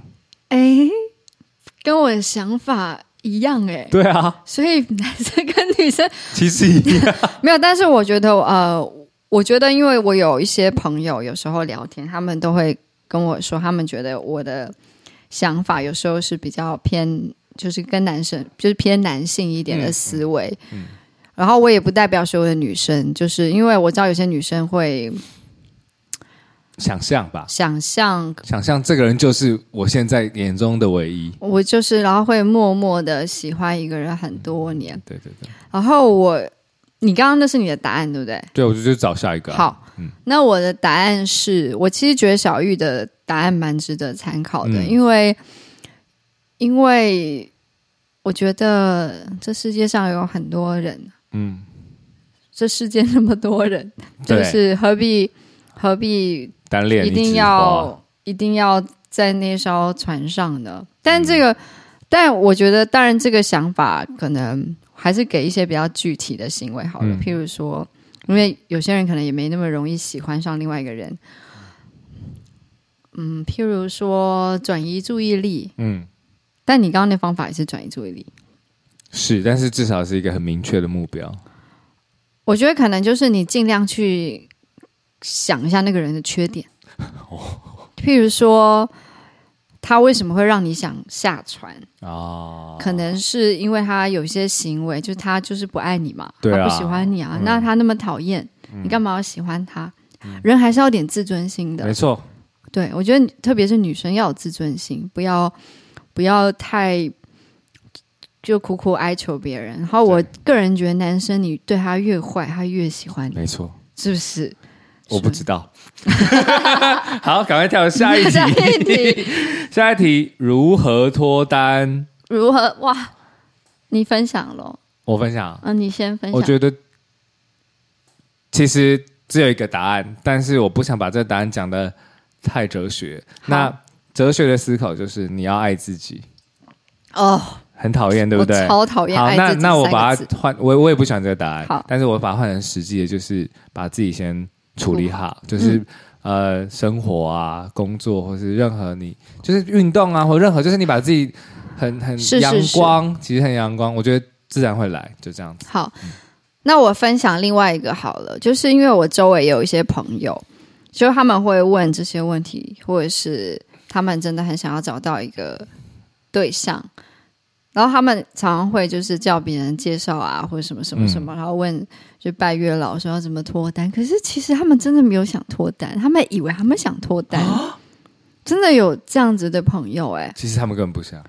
[SPEAKER 2] 哎，跟我的想法一样哎、
[SPEAKER 1] 对 啊，
[SPEAKER 2] 所以男生跟女生
[SPEAKER 1] 其实一样。
[SPEAKER 2] 没有，但是我觉得呃，我觉得因为我有一些朋友，有时候聊天，他们都会跟我说，他们觉得我的想法有时候是比较偏，就是跟男生就是偏男性一点的思维。然后我也不代表所有的女生，就是因为我知道有些女生会
[SPEAKER 1] 想象吧，
[SPEAKER 2] 想象
[SPEAKER 1] 想象这个人就是我现在眼中的唯一。
[SPEAKER 2] 我就是，然后会默默的喜欢一个人很多年。
[SPEAKER 1] 对对对，
[SPEAKER 2] 然后我，你刚刚那是你的答案，对不对？
[SPEAKER 1] 对我就去找下一个、，啊嗯
[SPEAKER 2] 好，那我的答案是我其实觉得小玉的答案蛮值得参考的，
[SPEAKER 1] 嗯
[SPEAKER 2] 因为因为我觉得这世界上有很多人，
[SPEAKER 1] 嗯，
[SPEAKER 2] 这世界那么多人，就
[SPEAKER 1] 对
[SPEAKER 2] 是何必何必
[SPEAKER 1] 单恋
[SPEAKER 2] 一定
[SPEAKER 1] 枝花
[SPEAKER 2] 要一定要在那艘船上呢？但
[SPEAKER 1] 嗯
[SPEAKER 2] 这个，但我觉得，当然这个想法可能还是给一些比较具体的行为好了，
[SPEAKER 1] 嗯
[SPEAKER 2] 譬如说，因为有些人可能也没那么容易喜欢上另外一个人。嗯，譬如说转移注意力，
[SPEAKER 1] 嗯
[SPEAKER 2] 但你刚刚那方法也是转移注意力。
[SPEAKER 1] 是，但是至少是一个很明确的目标。
[SPEAKER 2] 我觉得可能就是你尽量去想一下那个人的 缺点，
[SPEAKER 1] 哦
[SPEAKER 2] 譬如说他为什么会让你想下船，
[SPEAKER 1] 哦，
[SPEAKER 2] 可能是因为他有一些行为，就是他就是不爱你嘛，
[SPEAKER 1] 对啊
[SPEAKER 2] 他不喜欢你啊，
[SPEAKER 1] 嗯
[SPEAKER 2] 那他那么讨厌，你干嘛要喜欢他？人还是要有点自尊心的
[SPEAKER 1] 没，错，
[SPEAKER 2] 对，我觉得特别是女生要有自尊心，不要不要太就苦苦哀求别人。然后我个人觉得，男生你对他越坏，他越喜欢你，
[SPEAKER 1] 没错，
[SPEAKER 2] 是不是？
[SPEAKER 1] 我不知道。 好，赶快跳下一题。
[SPEAKER 2] 下一题
[SPEAKER 1] 下一题如何脱单？
[SPEAKER 2] 如何哇？你分享喽，
[SPEAKER 1] 我分享啊
[SPEAKER 2] 嗯、，你先分享。
[SPEAKER 1] 我觉得其实只有一个答案，但是我不想把这个答案讲的太哲学。那哲学的思考就是你要爱自己，
[SPEAKER 2] 哦，
[SPEAKER 1] 很讨厌，对不对？
[SPEAKER 2] 我超讨厌
[SPEAKER 1] 好，
[SPEAKER 2] 爱
[SPEAKER 1] 那
[SPEAKER 2] 自己
[SPEAKER 1] 那我
[SPEAKER 2] 三个
[SPEAKER 1] 把
[SPEAKER 2] 字
[SPEAKER 1] 它换，我我也不喜欢这个答案。
[SPEAKER 2] 好
[SPEAKER 1] 但是我把它换成实际的，就是把自己先处理好，就是、
[SPEAKER 2] 嗯
[SPEAKER 1] 呃，生活啊，工作，或是任何你就是运动啊，或任何就是你把自己很很
[SPEAKER 2] 是是
[SPEAKER 1] 阳光，其实很阳光，我觉得自然会来，就这样子。
[SPEAKER 2] 好，那我分享另外一个好了，就是因为我周围有一些朋友，就他们会问这些问题，或者是他们真的很想要找到一个对象，然后他们常常会就是叫别人介绍啊，或者什么什么什么，然后问就拜月老说要怎么脱单，可是其实他们真的没有想脱单，他们以为他们想脱单，真的有这样子的朋友哎、
[SPEAKER 1] 其实他们根本不想，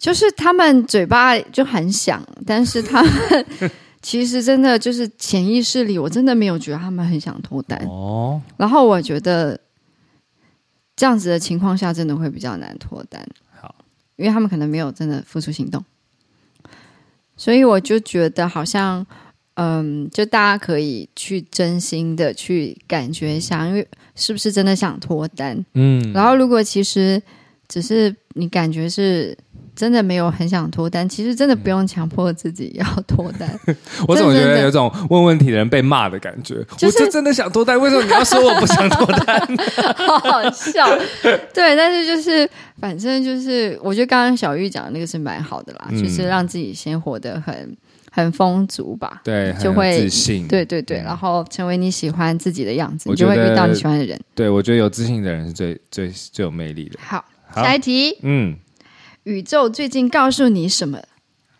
[SPEAKER 2] 就是他们嘴巴就很想，但是他们 其实真的就是潜意识里，我真的没有觉得他们很想脱单。
[SPEAKER 1] 哦，
[SPEAKER 2] 然后我觉得这样子的情况下，真的会比较难脱单。
[SPEAKER 1] 好，
[SPEAKER 2] 因为他们可能没有真的付出行动，所以我就觉得好像，嗯，就大家可以去真心的去感觉一下，因为是不是真的想脱单？
[SPEAKER 1] 嗯，
[SPEAKER 2] 然后，如果其实只是你感觉是真的没有很想脱单，其实真的不用强迫自己要脱单。
[SPEAKER 1] 我总觉
[SPEAKER 2] 真的
[SPEAKER 1] 得有种问问题的人被骂的感觉，
[SPEAKER 2] 就是
[SPEAKER 1] 我就真的想脱单，为什么你要说我不想脱单？
[SPEAKER 2] 好好笑。 对，但是就是反正就是，我觉得刚刚小玉讲的那个是蛮好的啦，
[SPEAKER 1] 嗯
[SPEAKER 2] 就是让自己先活得很很丰足吧。
[SPEAKER 1] 对，很有
[SPEAKER 2] 就会
[SPEAKER 1] 自信，嗯
[SPEAKER 2] 对对对，然后成为你喜欢自己的样子，
[SPEAKER 1] 我
[SPEAKER 2] 你就会
[SPEAKER 1] 觉得
[SPEAKER 2] 遇到你喜欢的人。
[SPEAKER 1] 对，我觉得有自信的人是最最最有魅力的。
[SPEAKER 2] 好，
[SPEAKER 1] 好
[SPEAKER 2] 下一题，
[SPEAKER 1] 嗯，
[SPEAKER 2] 宇宙最近告诉你什么？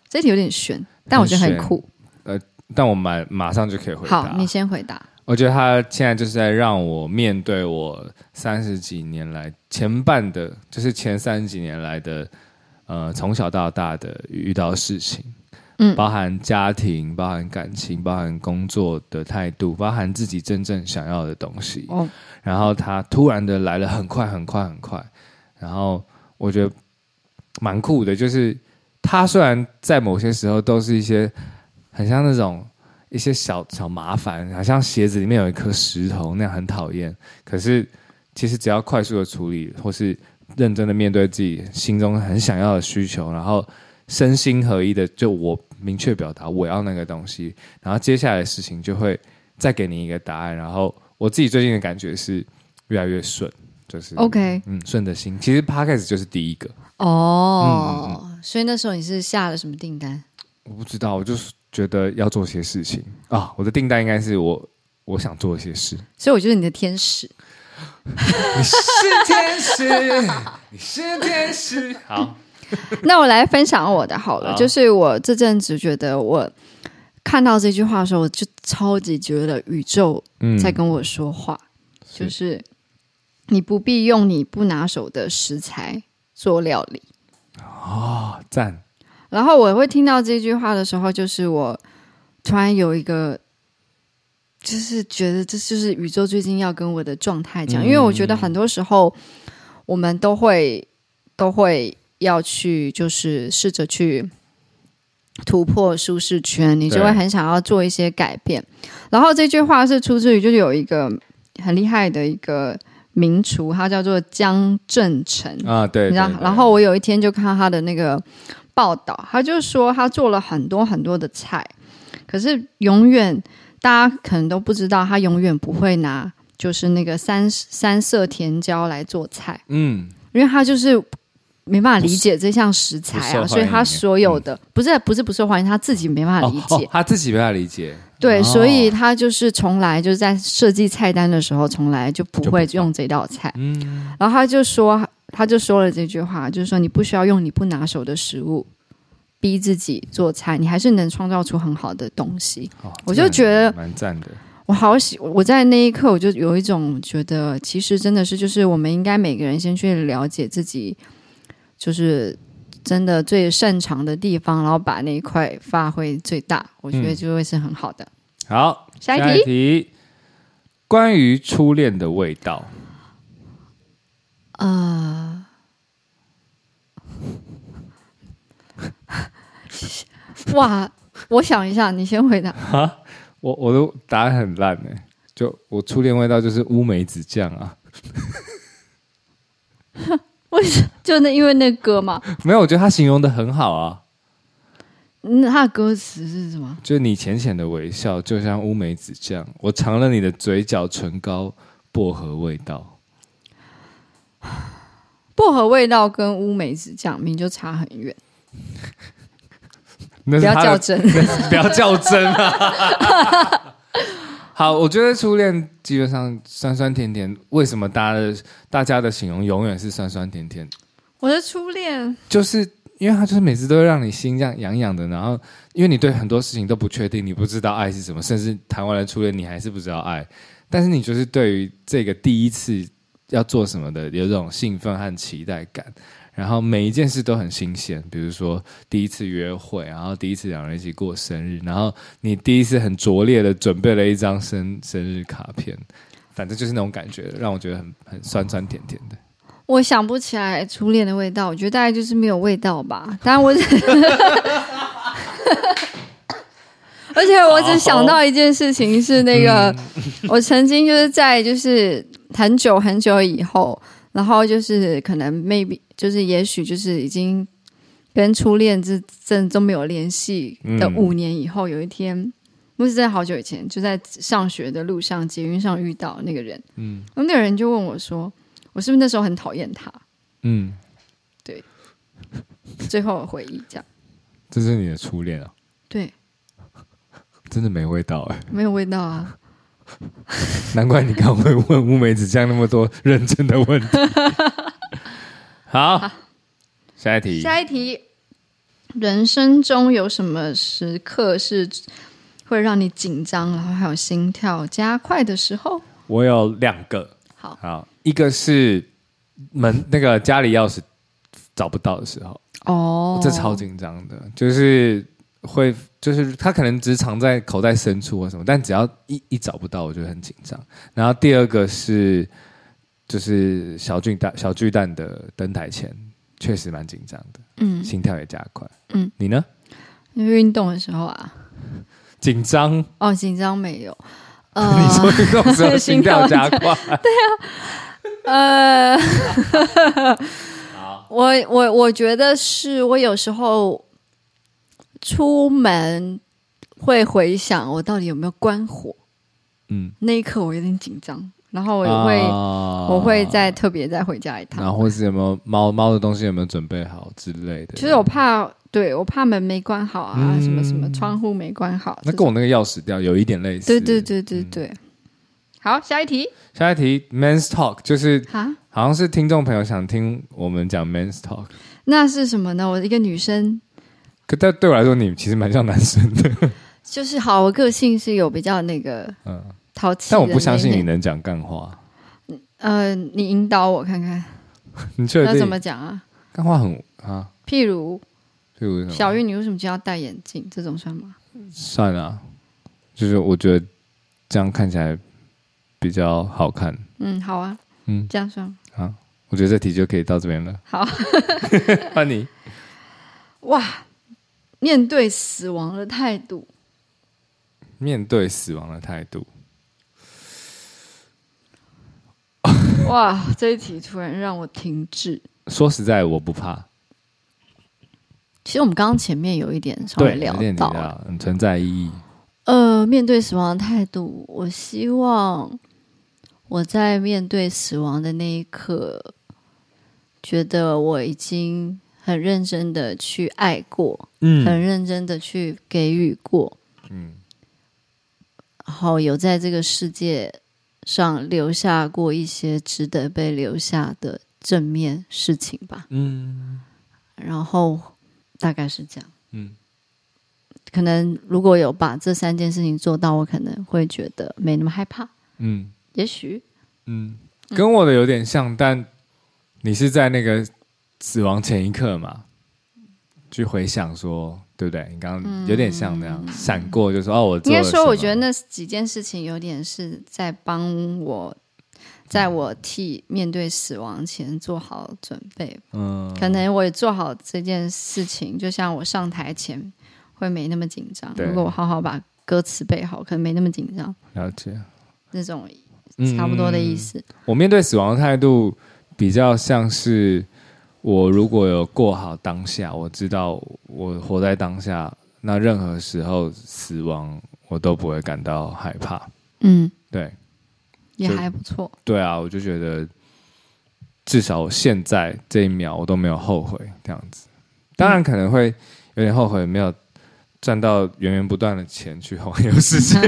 [SPEAKER 2] 这题有点悬，但我觉得很
[SPEAKER 1] 很悬
[SPEAKER 2] 酷。
[SPEAKER 1] 但我马马上就可以回答。
[SPEAKER 2] 好，你先回答。
[SPEAKER 1] 我觉得他现在就是在让我面对我三十几年来前半的，就是前三十几年来的，呃，从小到大的遇到的事情，
[SPEAKER 2] 嗯
[SPEAKER 1] 包含家庭，包含感情，包含工作的态度，包含自己真正想要的东西。
[SPEAKER 2] 哦，
[SPEAKER 1] 然后他突然的来了，很快，很快，很快。然后我觉得蛮酷的，就是他虽然在某些时候都是一些很像那种一些小小麻烦，好像鞋子里面有一颗石头那样很讨厌，可是其实只要快速的处理，或是认真的面对自己心中很想要的需求，然后身心合一的，就我明确表达我要那个东西，然后接下来的事情就会再给你一个答案。然后我自己最近的感觉是越来越顺，就是。
[SPEAKER 2] OK，
[SPEAKER 1] 嗯，顺着心，其实 podcast 就是第一个，
[SPEAKER 2] 哦、所以那时候你是下了什么订单？
[SPEAKER 1] 我不知道，我就是觉得要做些事情啊。我的订单应该是我我想做一些事。
[SPEAKER 2] 所以我就是你的天使。
[SPEAKER 1] 你是天 使，你是天使。好，
[SPEAKER 2] 那我来分享我的好了，
[SPEAKER 1] 好
[SPEAKER 2] 就是我这阵子觉得我看到这句话的时候，我就超级觉得宇宙
[SPEAKER 1] 嗯
[SPEAKER 2] 在跟我说话，就是你不必用你不拿手的食材做料理。
[SPEAKER 1] 啊，赞，
[SPEAKER 2] 然后我会听到这句话的时候，就是我突然有一个，就是觉得这就是宇宙最近要跟我的状态讲，
[SPEAKER 1] 嗯
[SPEAKER 2] 因为我觉得很多时候我们都会都会要去，就是试着去突破舒适圈，你就
[SPEAKER 1] 对
[SPEAKER 2] 会很想要做一些改变。然后这句话是出自于，就是有一个很厉害的一个名厨，他叫做江正成。
[SPEAKER 1] 啊，对，
[SPEAKER 2] 你知道
[SPEAKER 1] 对，对
[SPEAKER 2] 然后我有一天就看到他的那个报道，他就说他做了很多很多的菜，可是永远大家可能都不知道，他永远不会拿就是那个三三色甜椒来做菜，
[SPEAKER 1] 嗯，
[SPEAKER 2] 因为他就是。没办法理解这项食材
[SPEAKER 1] 不受欢
[SPEAKER 2] 啊，
[SPEAKER 1] 迎
[SPEAKER 2] 所以他所有的、不是不是不受欢迎，他自己没办法理解。
[SPEAKER 1] 哦哦他自己不太理解，
[SPEAKER 2] 对，
[SPEAKER 1] 哦
[SPEAKER 2] 所以他就是从来就是在设计菜单的时候，从来就不会用这道嗯菜。然后他就说，他就说了这句话，就是说你不需要用你不拿手的食物逼自己做菜，你还是能创造出很好的东西。
[SPEAKER 1] 哦
[SPEAKER 2] 我
[SPEAKER 1] 这
[SPEAKER 2] 就
[SPEAKER 1] 个
[SPEAKER 2] 觉得
[SPEAKER 1] 蛮赞的，
[SPEAKER 2] 我好喜，我在那一刻我就有一种觉得，其实真的是就是我们应该每个人先去了解自己，就是真的最擅长的地方，然后把那一块发挥最大，我觉得
[SPEAKER 1] 嗯
[SPEAKER 2] 就会是很好的。
[SPEAKER 1] 好，
[SPEAKER 2] 下一题
[SPEAKER 1] 题关于初恋的味道，
[SPEAKER 2] 呃，哇，我想一下，你先回答。
[SPEAKER 1] 我我的答案很烂哎、就我初恋味道就是乌梅子酱啊，
[SPEAKER 2] 就那因为那歌嘛，
[SPEAKER 1] 没有，我觉得他形容的很好啊，
[SPEAKER 2] 那嗯它的歌词是什么？
[SPEAKER 1] 就你浅浅的微笑，就像乌梅子酱，我尝了你的嘴角唇膏薄荷味道，
[SPEAKER 2] 薄荷味道跟乌梅子酱明就差很远，
[SPEAKER 1] 那
[SPEAKER 2] 不
[SPEAKER 1] 是
[SPEAKER 2] 要
[SPEAKER 1] 他
[SPEAKER 2] 较
[SPEAKER 1] 的
[SPEAKER 2] 真。
[SPEAKER 1] 不要较真啊！ 好，我觉得初恋基本上酸酸甜甜，为什么大家的大家的形容永远是酸酸甜甜？
[SPEAKER 2] 我的初恋，
[SPEAKER 1] 就是因为它就是每次都会让你心这样痒痒的，然后因为你对很多事情都不确定，你不知道爱是什么，甚至谈完了初恋你还是不知道爱，但是你就是对于这个第一次要做什么的有这种兴奋和期待感。然后每一件事都很新鲜，比如说第一次约会，然后第一次两人一起过生日，然后你第一次很拙劣的准备了一张生生日卡片，反正就是那种感觉，让我觉得很很酸酸甜甜的。
[SPEAKER 2] 我想不起来初恋的味道，我觉得大概就是没有味道吧。当然我只，而且我只想到一件事情是那个，我曾经就是在就是很久很久以后，然后就是可能 maybe 就是也许就是已经跟初恋之阵都没有联系的
[SPEAKER 1] 嗯
[SPEAKER 2] 五年以后，有一天。不是在好久以前，就在上学的路上，捷运上遇到那个人，嗯，然后那个人就问我说：“我是不是那时候很讨厌他？
[SPEAKER 1] 嗯，
[SPEAKER 2] 最后的回忆这样，
[SPEAKER 1] 这是你的初恋啊。
[SPEAKER 2] 对，
[SPEAKER 1] 真的没味道哎、
[SPEAKER 2] 没有味道啊。
[SPEAKER 1] 难怪你刚会问乌梅子酱那么多认真的 问题。好，下一题。
[SPEAKER 2] 下一题，人生中有什么时刻是会让你紧张，然后还有心跳加快的时候？
[SPEAKER 1] 我有两个，
[SPEAKER 2] 好
[SPEAKER 1] 好，一个是门那个家里钥匙找不到的时候，
[SPEAKER 2] 哦
[SPEAKER 1] 这超紧张的，就是会，就是他可能只是藏在口袋深处或什么，但只要一一找不到，我就很紧张。然后第二个是，就是小巨蛋小巨蛋的登台前，确实蛮紧张的，
[SPEAKER 2] 嗯，
[SPEAKER 1] 心跳也加快。
[SPEAKER 2] 嗯，
[SPEAKER 1] 你呢？
[SPEAKER 2] 因为运动的时候啊，
[SPEAKER 1] 紧张？
[SPEAKER 2] 哦，紧张没有，
[SPEAKER 1] 你说运动时候心跳加快？
[SPEAKER 2] 呃，我我我觉得是我有时候出门会回想我到底有没有关火，
[SPEAKER 1] 嗯，
[SPEAKER 2] 那一刻我有点紧张，然 后我也会、
[SPEAKER 1] 啊
[SPEAKER 2] 我会再特别再回家一趟。
[SPEAKER 1] 然后或是有没有猫猫的东西有没有准备好之类的。
[SPEAKER 2] 其实我怕，对我怕门没关好啊，
[SPEAKER 1] 嗯
[SPEAKER 2] 什么什么窗户没关好。
[SPEAKER 1] 那
[SPEAKER 2] 这
[SPEAKER 1] 跟
[SPEAKER 2] 种
[SPEAKER 1] 我那个钥匙掉有一点类似。
[SPEAKER 2] 对对。对对
[SPEAKER 1] 嗯
[SPEAKER 2] 对。好，下一题
[SPEAKER 1] 下一题，Men's Talk 就是
[SPEAKER 2] 哈，
[SPEAKER 1] 好像是听众朋友想听我们讲 Men's Talk，
[SPEAKER 2] 那是什么呢？我一个女生，
[SPEAKER 1] 可但对我来说，你其实蛮像男生的。
[SPEAKER 2] 就是好，我个性是有比较那个
[SPEAKER 1] 嗯，
[SPEAKER 2] 淘气的
[SPEAKER 1] 但
[SPEAKER 2] 那一面，
[SPEAKER 1] 我不相信你能讲干话，
[SPEAKER 2] 呃，你引导我看看
[SPEAKER 1] 你确
[SPEAKER 2] 要怎
[SPEAKER 1] 定
[SPEAKER 2] 么？讲啊？
[SPEAKER 1] 干话很啊，
[SPEAKER 2] 譬如
[SPEAKER 1] 譬如什么
[SPEAKER 2] 小玉，你为什么就要戴眼镜？这种算吗？
[SPEAKER 1] 算了、就是我觉得这样看起来比较好看。
[SPEAKER 2] 嗯，好啊，
[SPEAKER 1] 嗯
[SPEAKER 2] 这样算吗
[SPEAKER 1] 啊，我觉得这题就可以到这边了。
[SPEAKER 2] 好。
[SPEAKER 1] 换你，
[SPEAKER 2] 哇，面对死亡的 态度，
[SPEAKER 1] 面对死亡的态度，
[SPEAKER 2] 哇，这一题突然让我停滞。
[SPEAKER 1] 说实在我不怕。
[SPEAKER 2] 其实我们刚刚前面有一点稍微聊
[SPEAKER 1] 有点提
[SPEAKER 2] 到，
[SPEAKER 1] 到嗯存在意义。
[SPEAKER 2] 呃，面对死亡的态度，我希望我在面对死亡的那一刻，觉得我已经很认真的去爱过，很
[SPEAKER 1] 嗯
[SPEAKER 2] 认真的去给予过，
[SPEAKER 1] 嗯
[SPEAKER 2] 然后有在这个世界上留下过一些值得被留下的正面事情吧。
[SPEAKER 1] 嗯
[SPEAKER 2] 然后大概是这样。
[SPEAKER 1] 嗯，
[SPEAKER 2] 可能如果有把这三件事情做到，我可能会觉得没那么害怕。
[SPEAKER 1] 嗯
[SPEAKER 2] 也许
[SPEAKER 1] 嗯，跟我的有点像，但你是在那个死亡前一刻嘛，去回想说，对不对？你刚刚有点像那样闪、过，就说哦，我
[SPEAKER 2] 嗯应
[SPEAKER 1] 做了
[SPEAKER 2] 该说，
[SPEAKER 1] 什么
[SPEAKER 2] 我觉得那几件事情有点是在帮我，在我替面对死亡前做好准备。
[SPEAKER 1] 嗯，
[SPEAKER 2] 可能我也做好这件事情，就像我上台前会没那么紧张。
[SPEAKER 1] 对
[SPEAKER 2] 如果我好好把歌词背好，可能没那么紧张。
[SPEAKER 1] 了解，
[SPEAKER 2] 那种
[SPEAKER 1] 嗯
[SPEAKER 2] 差不多的意思。
[SPEAKER 1] 我面对死亡的态度比较像是，我如果有过好当下，我知道我活在当下，那任何时候死亡我都不会感到害怕。
[SPEAKER 2] 嗯，
[SPEAKER 1] 对
[SPEAKER 2] 也
[SPEAKER 1] 就
[SPEAKER 2] 还不错。
[SPEAKER 1] 对啊，我就觉得至少我现在这一秒我都没有后悔这样子。当然可能会有点后悔没有赚到源源不断的钱去环游世 界。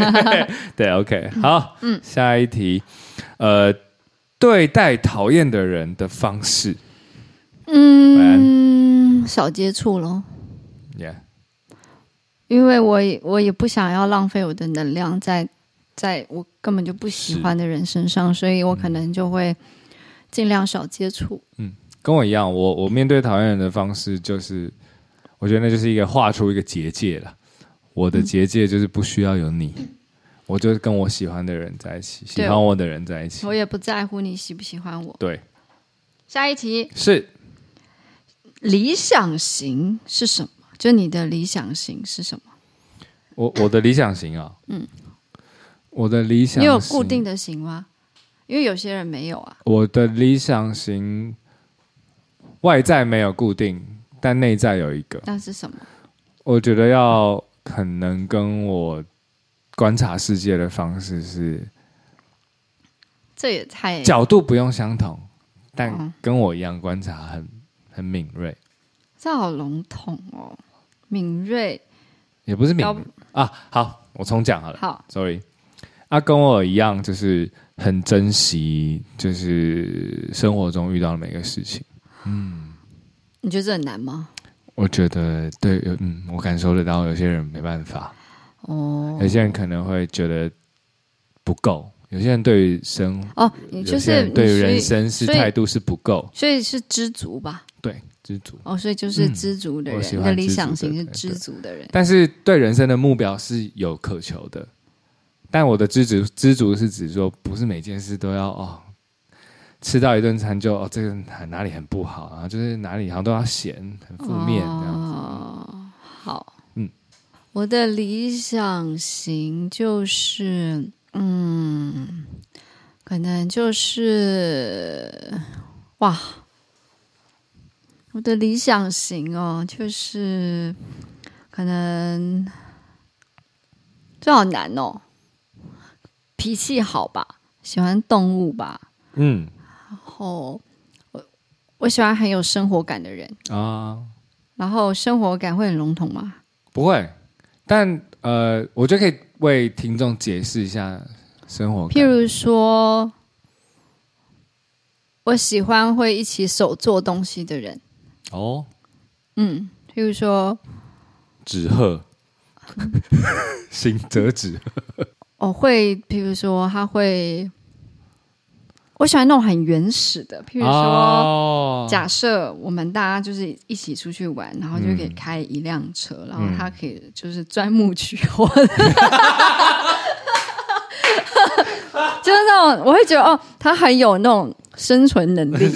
[SPEAKER 1] 对，OK，好，嗯，下一题，呃，对待讨厌的人的方式
[SPEAKER 2] 嗯，少接触咯，
[SPEAKER 1] ，Yeah，
[SPEAKER 2] 因为我也我也不想要浪费我的能量在在我根本就不喜欢的人身上，所以我可能就会尽量少接触。
[SPEAKER 1] 跟我一样，我我面对讨厌人的方式就是，我觉得那就是一个画出一个结界了。我的结界就是不需要有你，我就是跟我喜欢的人在一起，喜
[SPEAKER 2] 对
[SPEAKER 1] 欢我的人在一起。
[SPEAKER 2] 我也不在乎你喜不喜欢我。
[SPEAKER 1] 对，
[SPEAKER 2] 下一题，
[SPEAKER 1] 是
[SPEAKER 2] 理想型是什么？就你的理想型是什么？
[SPEAKER 1] 我我的理想型啊，嗯，我的理想型
[SPEAKER 2] 你有固定，的型吗？因为有些人没有啊。
[SPEAKER 1] 我的理想型外在没有固定，但内在有一个，
[SPEAKER 2] 那是什么？
[SPEAKER 1] 我觉得要很能跟我观察世界的方式是
[SPEAKER 2] 这也太
[SPEAKER 1] 角度不用相同，但
[SPEAKER 2] 嗯
[SPEAKER 1] 跟我一样观察很很敏锐，
[SPEAKER 2] 这好笼统哦，敏锐。
[SPEAKER 1] 也不是敏
[SPEAKER 2] 要
[SPEAKER 1] 锐啊。好，我重讲好了。
[SPEAKER 2] 好，
[SPEAKER 1] sorry，啊，跟我一样，就是很珍惜，就是生活中遇到的每个事情。
[SPEAKER 2] 你觉得这很难吗？
[SPEAKER 1] 我觉得对，有嗯，我感受得到，有些人没办法，
[SPEAKER 2] 哦
[SPEAKER 1] 有些人可能会觉得不够，有些人对于生，
[SPEAKER 2] 哦，你
[SPEAKER 1] 有
[SPEAKER 2] 就
[SPEAKER 1] 些
[SPEAKER 2] 是
[SPEAKER 1] 人对于
[SPEAKER 2] 你所以
[SPEAKER 1] 人生是
[SPEAKER 2] 所以
[SPEAKER 1] 态度是不够，
[SPEAKER 2] 所以是知足吧？
[SPEAKER 1] 对，知足。
[SPEAKER 2] 哦，所以就是知足的
[SPEAKER 1] 嗯我
[SPEAKER 2] 人，
[SPEAKER 1] 喜
[SPEAKER 2] 你
[SPEAKER 1] 欢
[SPEAKER 2] 的理
[SPEAKER 1] 知足
[SPEAKER 2] 想型
[SPEAKER 1] 的
[SPEAKER 2] 是
[SPEAKER 1] 人哎
[SPEAKER 2] 知足的人。
[SPEAKER 1] 但是对人生的目标是有渴求的，但我的知足知足是指说，不是每件事都要哦，吃到一顿餐就哦这个哪里很不好啊，就是哪里好像都要咸，很负面这样子。
[SPEAKER 2] 哦，好，
[SPEAKER 1] 嗯，
[SPEAKER 2] 我的理想型就是，嗯，可能就是，哇，我的理想型哦，就是可能这好难哦，脾气好吧，喜欢动物吧，
[SPEAKER 1] 嗯
[SPEAKER 2] 然后我我喜欢很有生活感的人，
[SPEAKER 1] 啊，
[SPEAKER 2] 然后生活感会很笼统吗？
[SPEAKER 1] 不会，但呃，我觉得可以为听众解释一下生活感。
[SPEAKER 2] 譬如说，我喜欢会一起手做东西的人，
[SPEAKER 1] 哦，
[SPEAKER 2] 嗯，譬如说，
[SPEAKER 1] 纸 鹤，行折纸，
[SPEAKER 2] 我哦会，譬如说，他会，我喜欢那种很原始的，譬如说。
[SPEAKER 1] 哦
[SPEAKER 2] 假设我们大家就是一起出去玩，然后就可以
[SPEAKER 1] 嗯
[SPEAKER 2] 开一辆车，然后
[SPEAKER 1] 嗯
[SPEAKER 2] 他可以就是钻木取火，就是那种我会觉得哦，他很有那种生存能 力。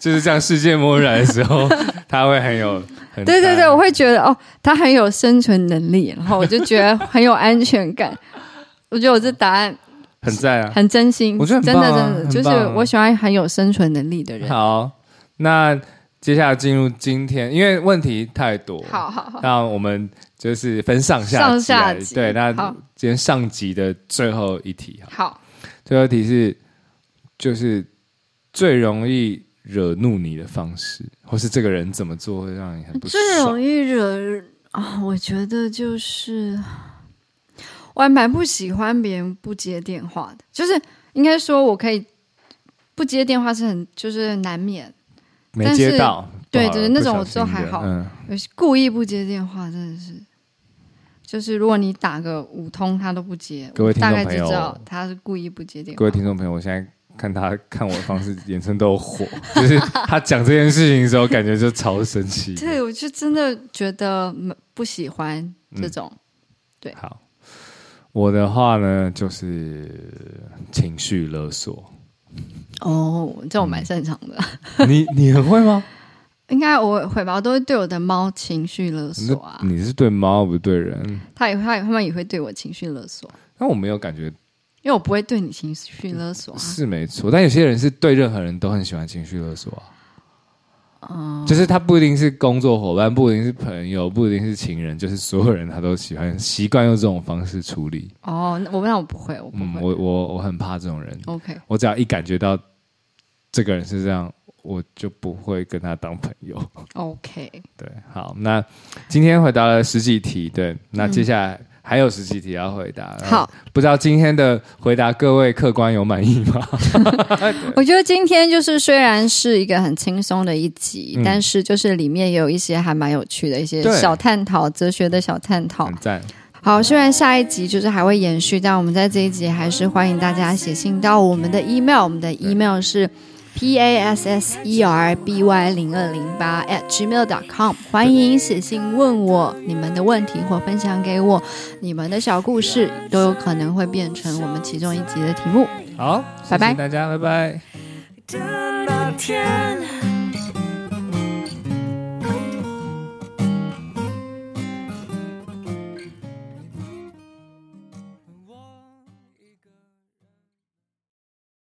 [SPEAKER 1] 就是这样，世界末日来的时候， 他会很有，很
[SPEAKER 2] 对对
[SPEAKER 1] 大
[SPEAKER 2] 对，我会觉得哦，他很有生存能力，然后我就觉得很有安全感。我觉得我这答案
[SPEAKER 1] 很在啊。
[SPEAKER 2] 很真心，
[SPEAKER 1] 我觉得很
[SPEAKER 2] 真
[SPEAKER 1] 棒
[SPEAKER 2] 的
[SPEAKER 1] 啊
[SPEAKER 2] 真的，
[SPEAKER 1] 很
[SPEAKER 2] 就是
[SPEAKER 1] 棒啊
[SPEAKER 2] 我喜欢很有生存能力的人。
[SPEAKER 1] 好，那接下来进入今天，因为问题太多，
[SPEAKER 2] 好好好，
[SPEAKER 1] 那我们就是分上下
[SPEAKER 2] 上
[SPEAKER 1] 集来
[SPEAKER 2] 下集
[SPEAKER 1] 对，那
[SPEAKER 2] 好
[SPEAKER 1] 今天上集的最后一题哈，
[SPEAKER 2] 好，
[SPEAKER 1] 最后一题是就是最容易惹怒你的方式，或是这个人怎么做会让你很不爽？
[SPEAKER 2] 最容易惹啊、我觉得就是我还蛮不喜欢别人不接电话的，就是应该说我可以不接电话是很就是难免，
[SPEAKER 1] 没接到，
[SPEAKER 2] 但是
[SPEAKER 1] 不好了
[SPEAKER 2] 对对那种
[SPEAKER 1] 不小心
[SPEAKER 2] 我都还
[SPEAKER 1] 的
[SPEAKER 2] 好
[SPEAKER 1] 嗯，
[SPEAKER 2] 有些故意不接电话真的是。就是如果你打个五通他都不接，
[SPEAKER 1] 各位听众
[SPEAKER 2] 我大概
[SPEAKER 1] 朋
[SPEAKER 2] 就
[SPEAKER 1] 友
[SPEAKER 2] 知道他是故意不接电话。
[SPEAKER 1] 各位听众朋友，我现在看他看我的方式，眼神都有火， 就是他讲这件事情的时候，感觉就超生 气。
[SPEAKER 2] 对，我就真的觉得嗯不喜欢
[SPEAKER 1] 嗯
[SPEAKER 2] 这种。
[SPEAKER 1] 好，我的话呢就是情绪勒 索，
[SPEAKER 2] 哦，这我
[SPEAKER 1] 嗯
[SPEAKER 2] 蛮擅长的，
[SPEAKER 1] 你你很会吗？
[SPEAKER 2] 应该偶尔会吧，我都会对我的猫情绪勒
[SPEAKER 1] 你是
[SPEAKER 2] 索啊。
[SPEAKER 1] 你是对猫不对人，
[SPEAKER 2] 他也会，他也他们也会对我情绪勒索，
[SPEAKER 1] 那我没有感觉
[SPEAKER 2] 因为我不会对你情绪勒索啊。
[SPEAKER 1] 是没错，但有些人是对任何人都很喜欢情绪勒索啊。
[SPEAKER 2] 哦啊嗯
[SPEAKER 1] 就是他不一定是工作伙伴，不一定是朋友，不一定是情人，就是所有人他都喜欢习惯用这种方式处理。
[SPEAKER 2] 哦，那我那我不会，我不
[SPEAKER 1] 嗯，
[SPEAKER 2] 会。
[SPEAKER 1] 我我我很怕这种人，
[SPEAKER 2] OK，
[SPEAKER 1] 我只要一感觉到这个人是这样，我就不会跟他当朋友。
[SPEAKER 2] OK，
[SPEAKER 1] 对，好，那今天回答了十几题，对，那接下来还有十几题要回答。然后
[SPEAKER 2] 嗯好，
[SPEAKER 1] 不知道今天的回答各位客官有满意吗？
[SPEAKER 2] 我觉得今天就是虽然是一个很轻松的一集，
[SPEAKER 1] 嗯
[SPEAKER 2] 但是就是里面也有一些还蛮有趣的一些
[SPEAKER 1] 对
[SPEAKER 2] 小探讨，哲学的小探讨
[SPEAKER 1] 很。赞，
[SPEAKER 2] 好，虽然下一集就是还会延续，但我们在这一集还是欢迎大家写信到我们的 email，我们的 email 是 p a s s e r b y 零二零八 at gmail dot com，欢迎写信问我你们的问题或分享给我你们的小故事，都有可能会变成我们其中一集的题目。
[SPEAKER 1] 好，
[SPEAKER 2] 拜拜
[SPEAKER 1] 谢谢大家，拜拜。
[SPEAKER 3] 等到天。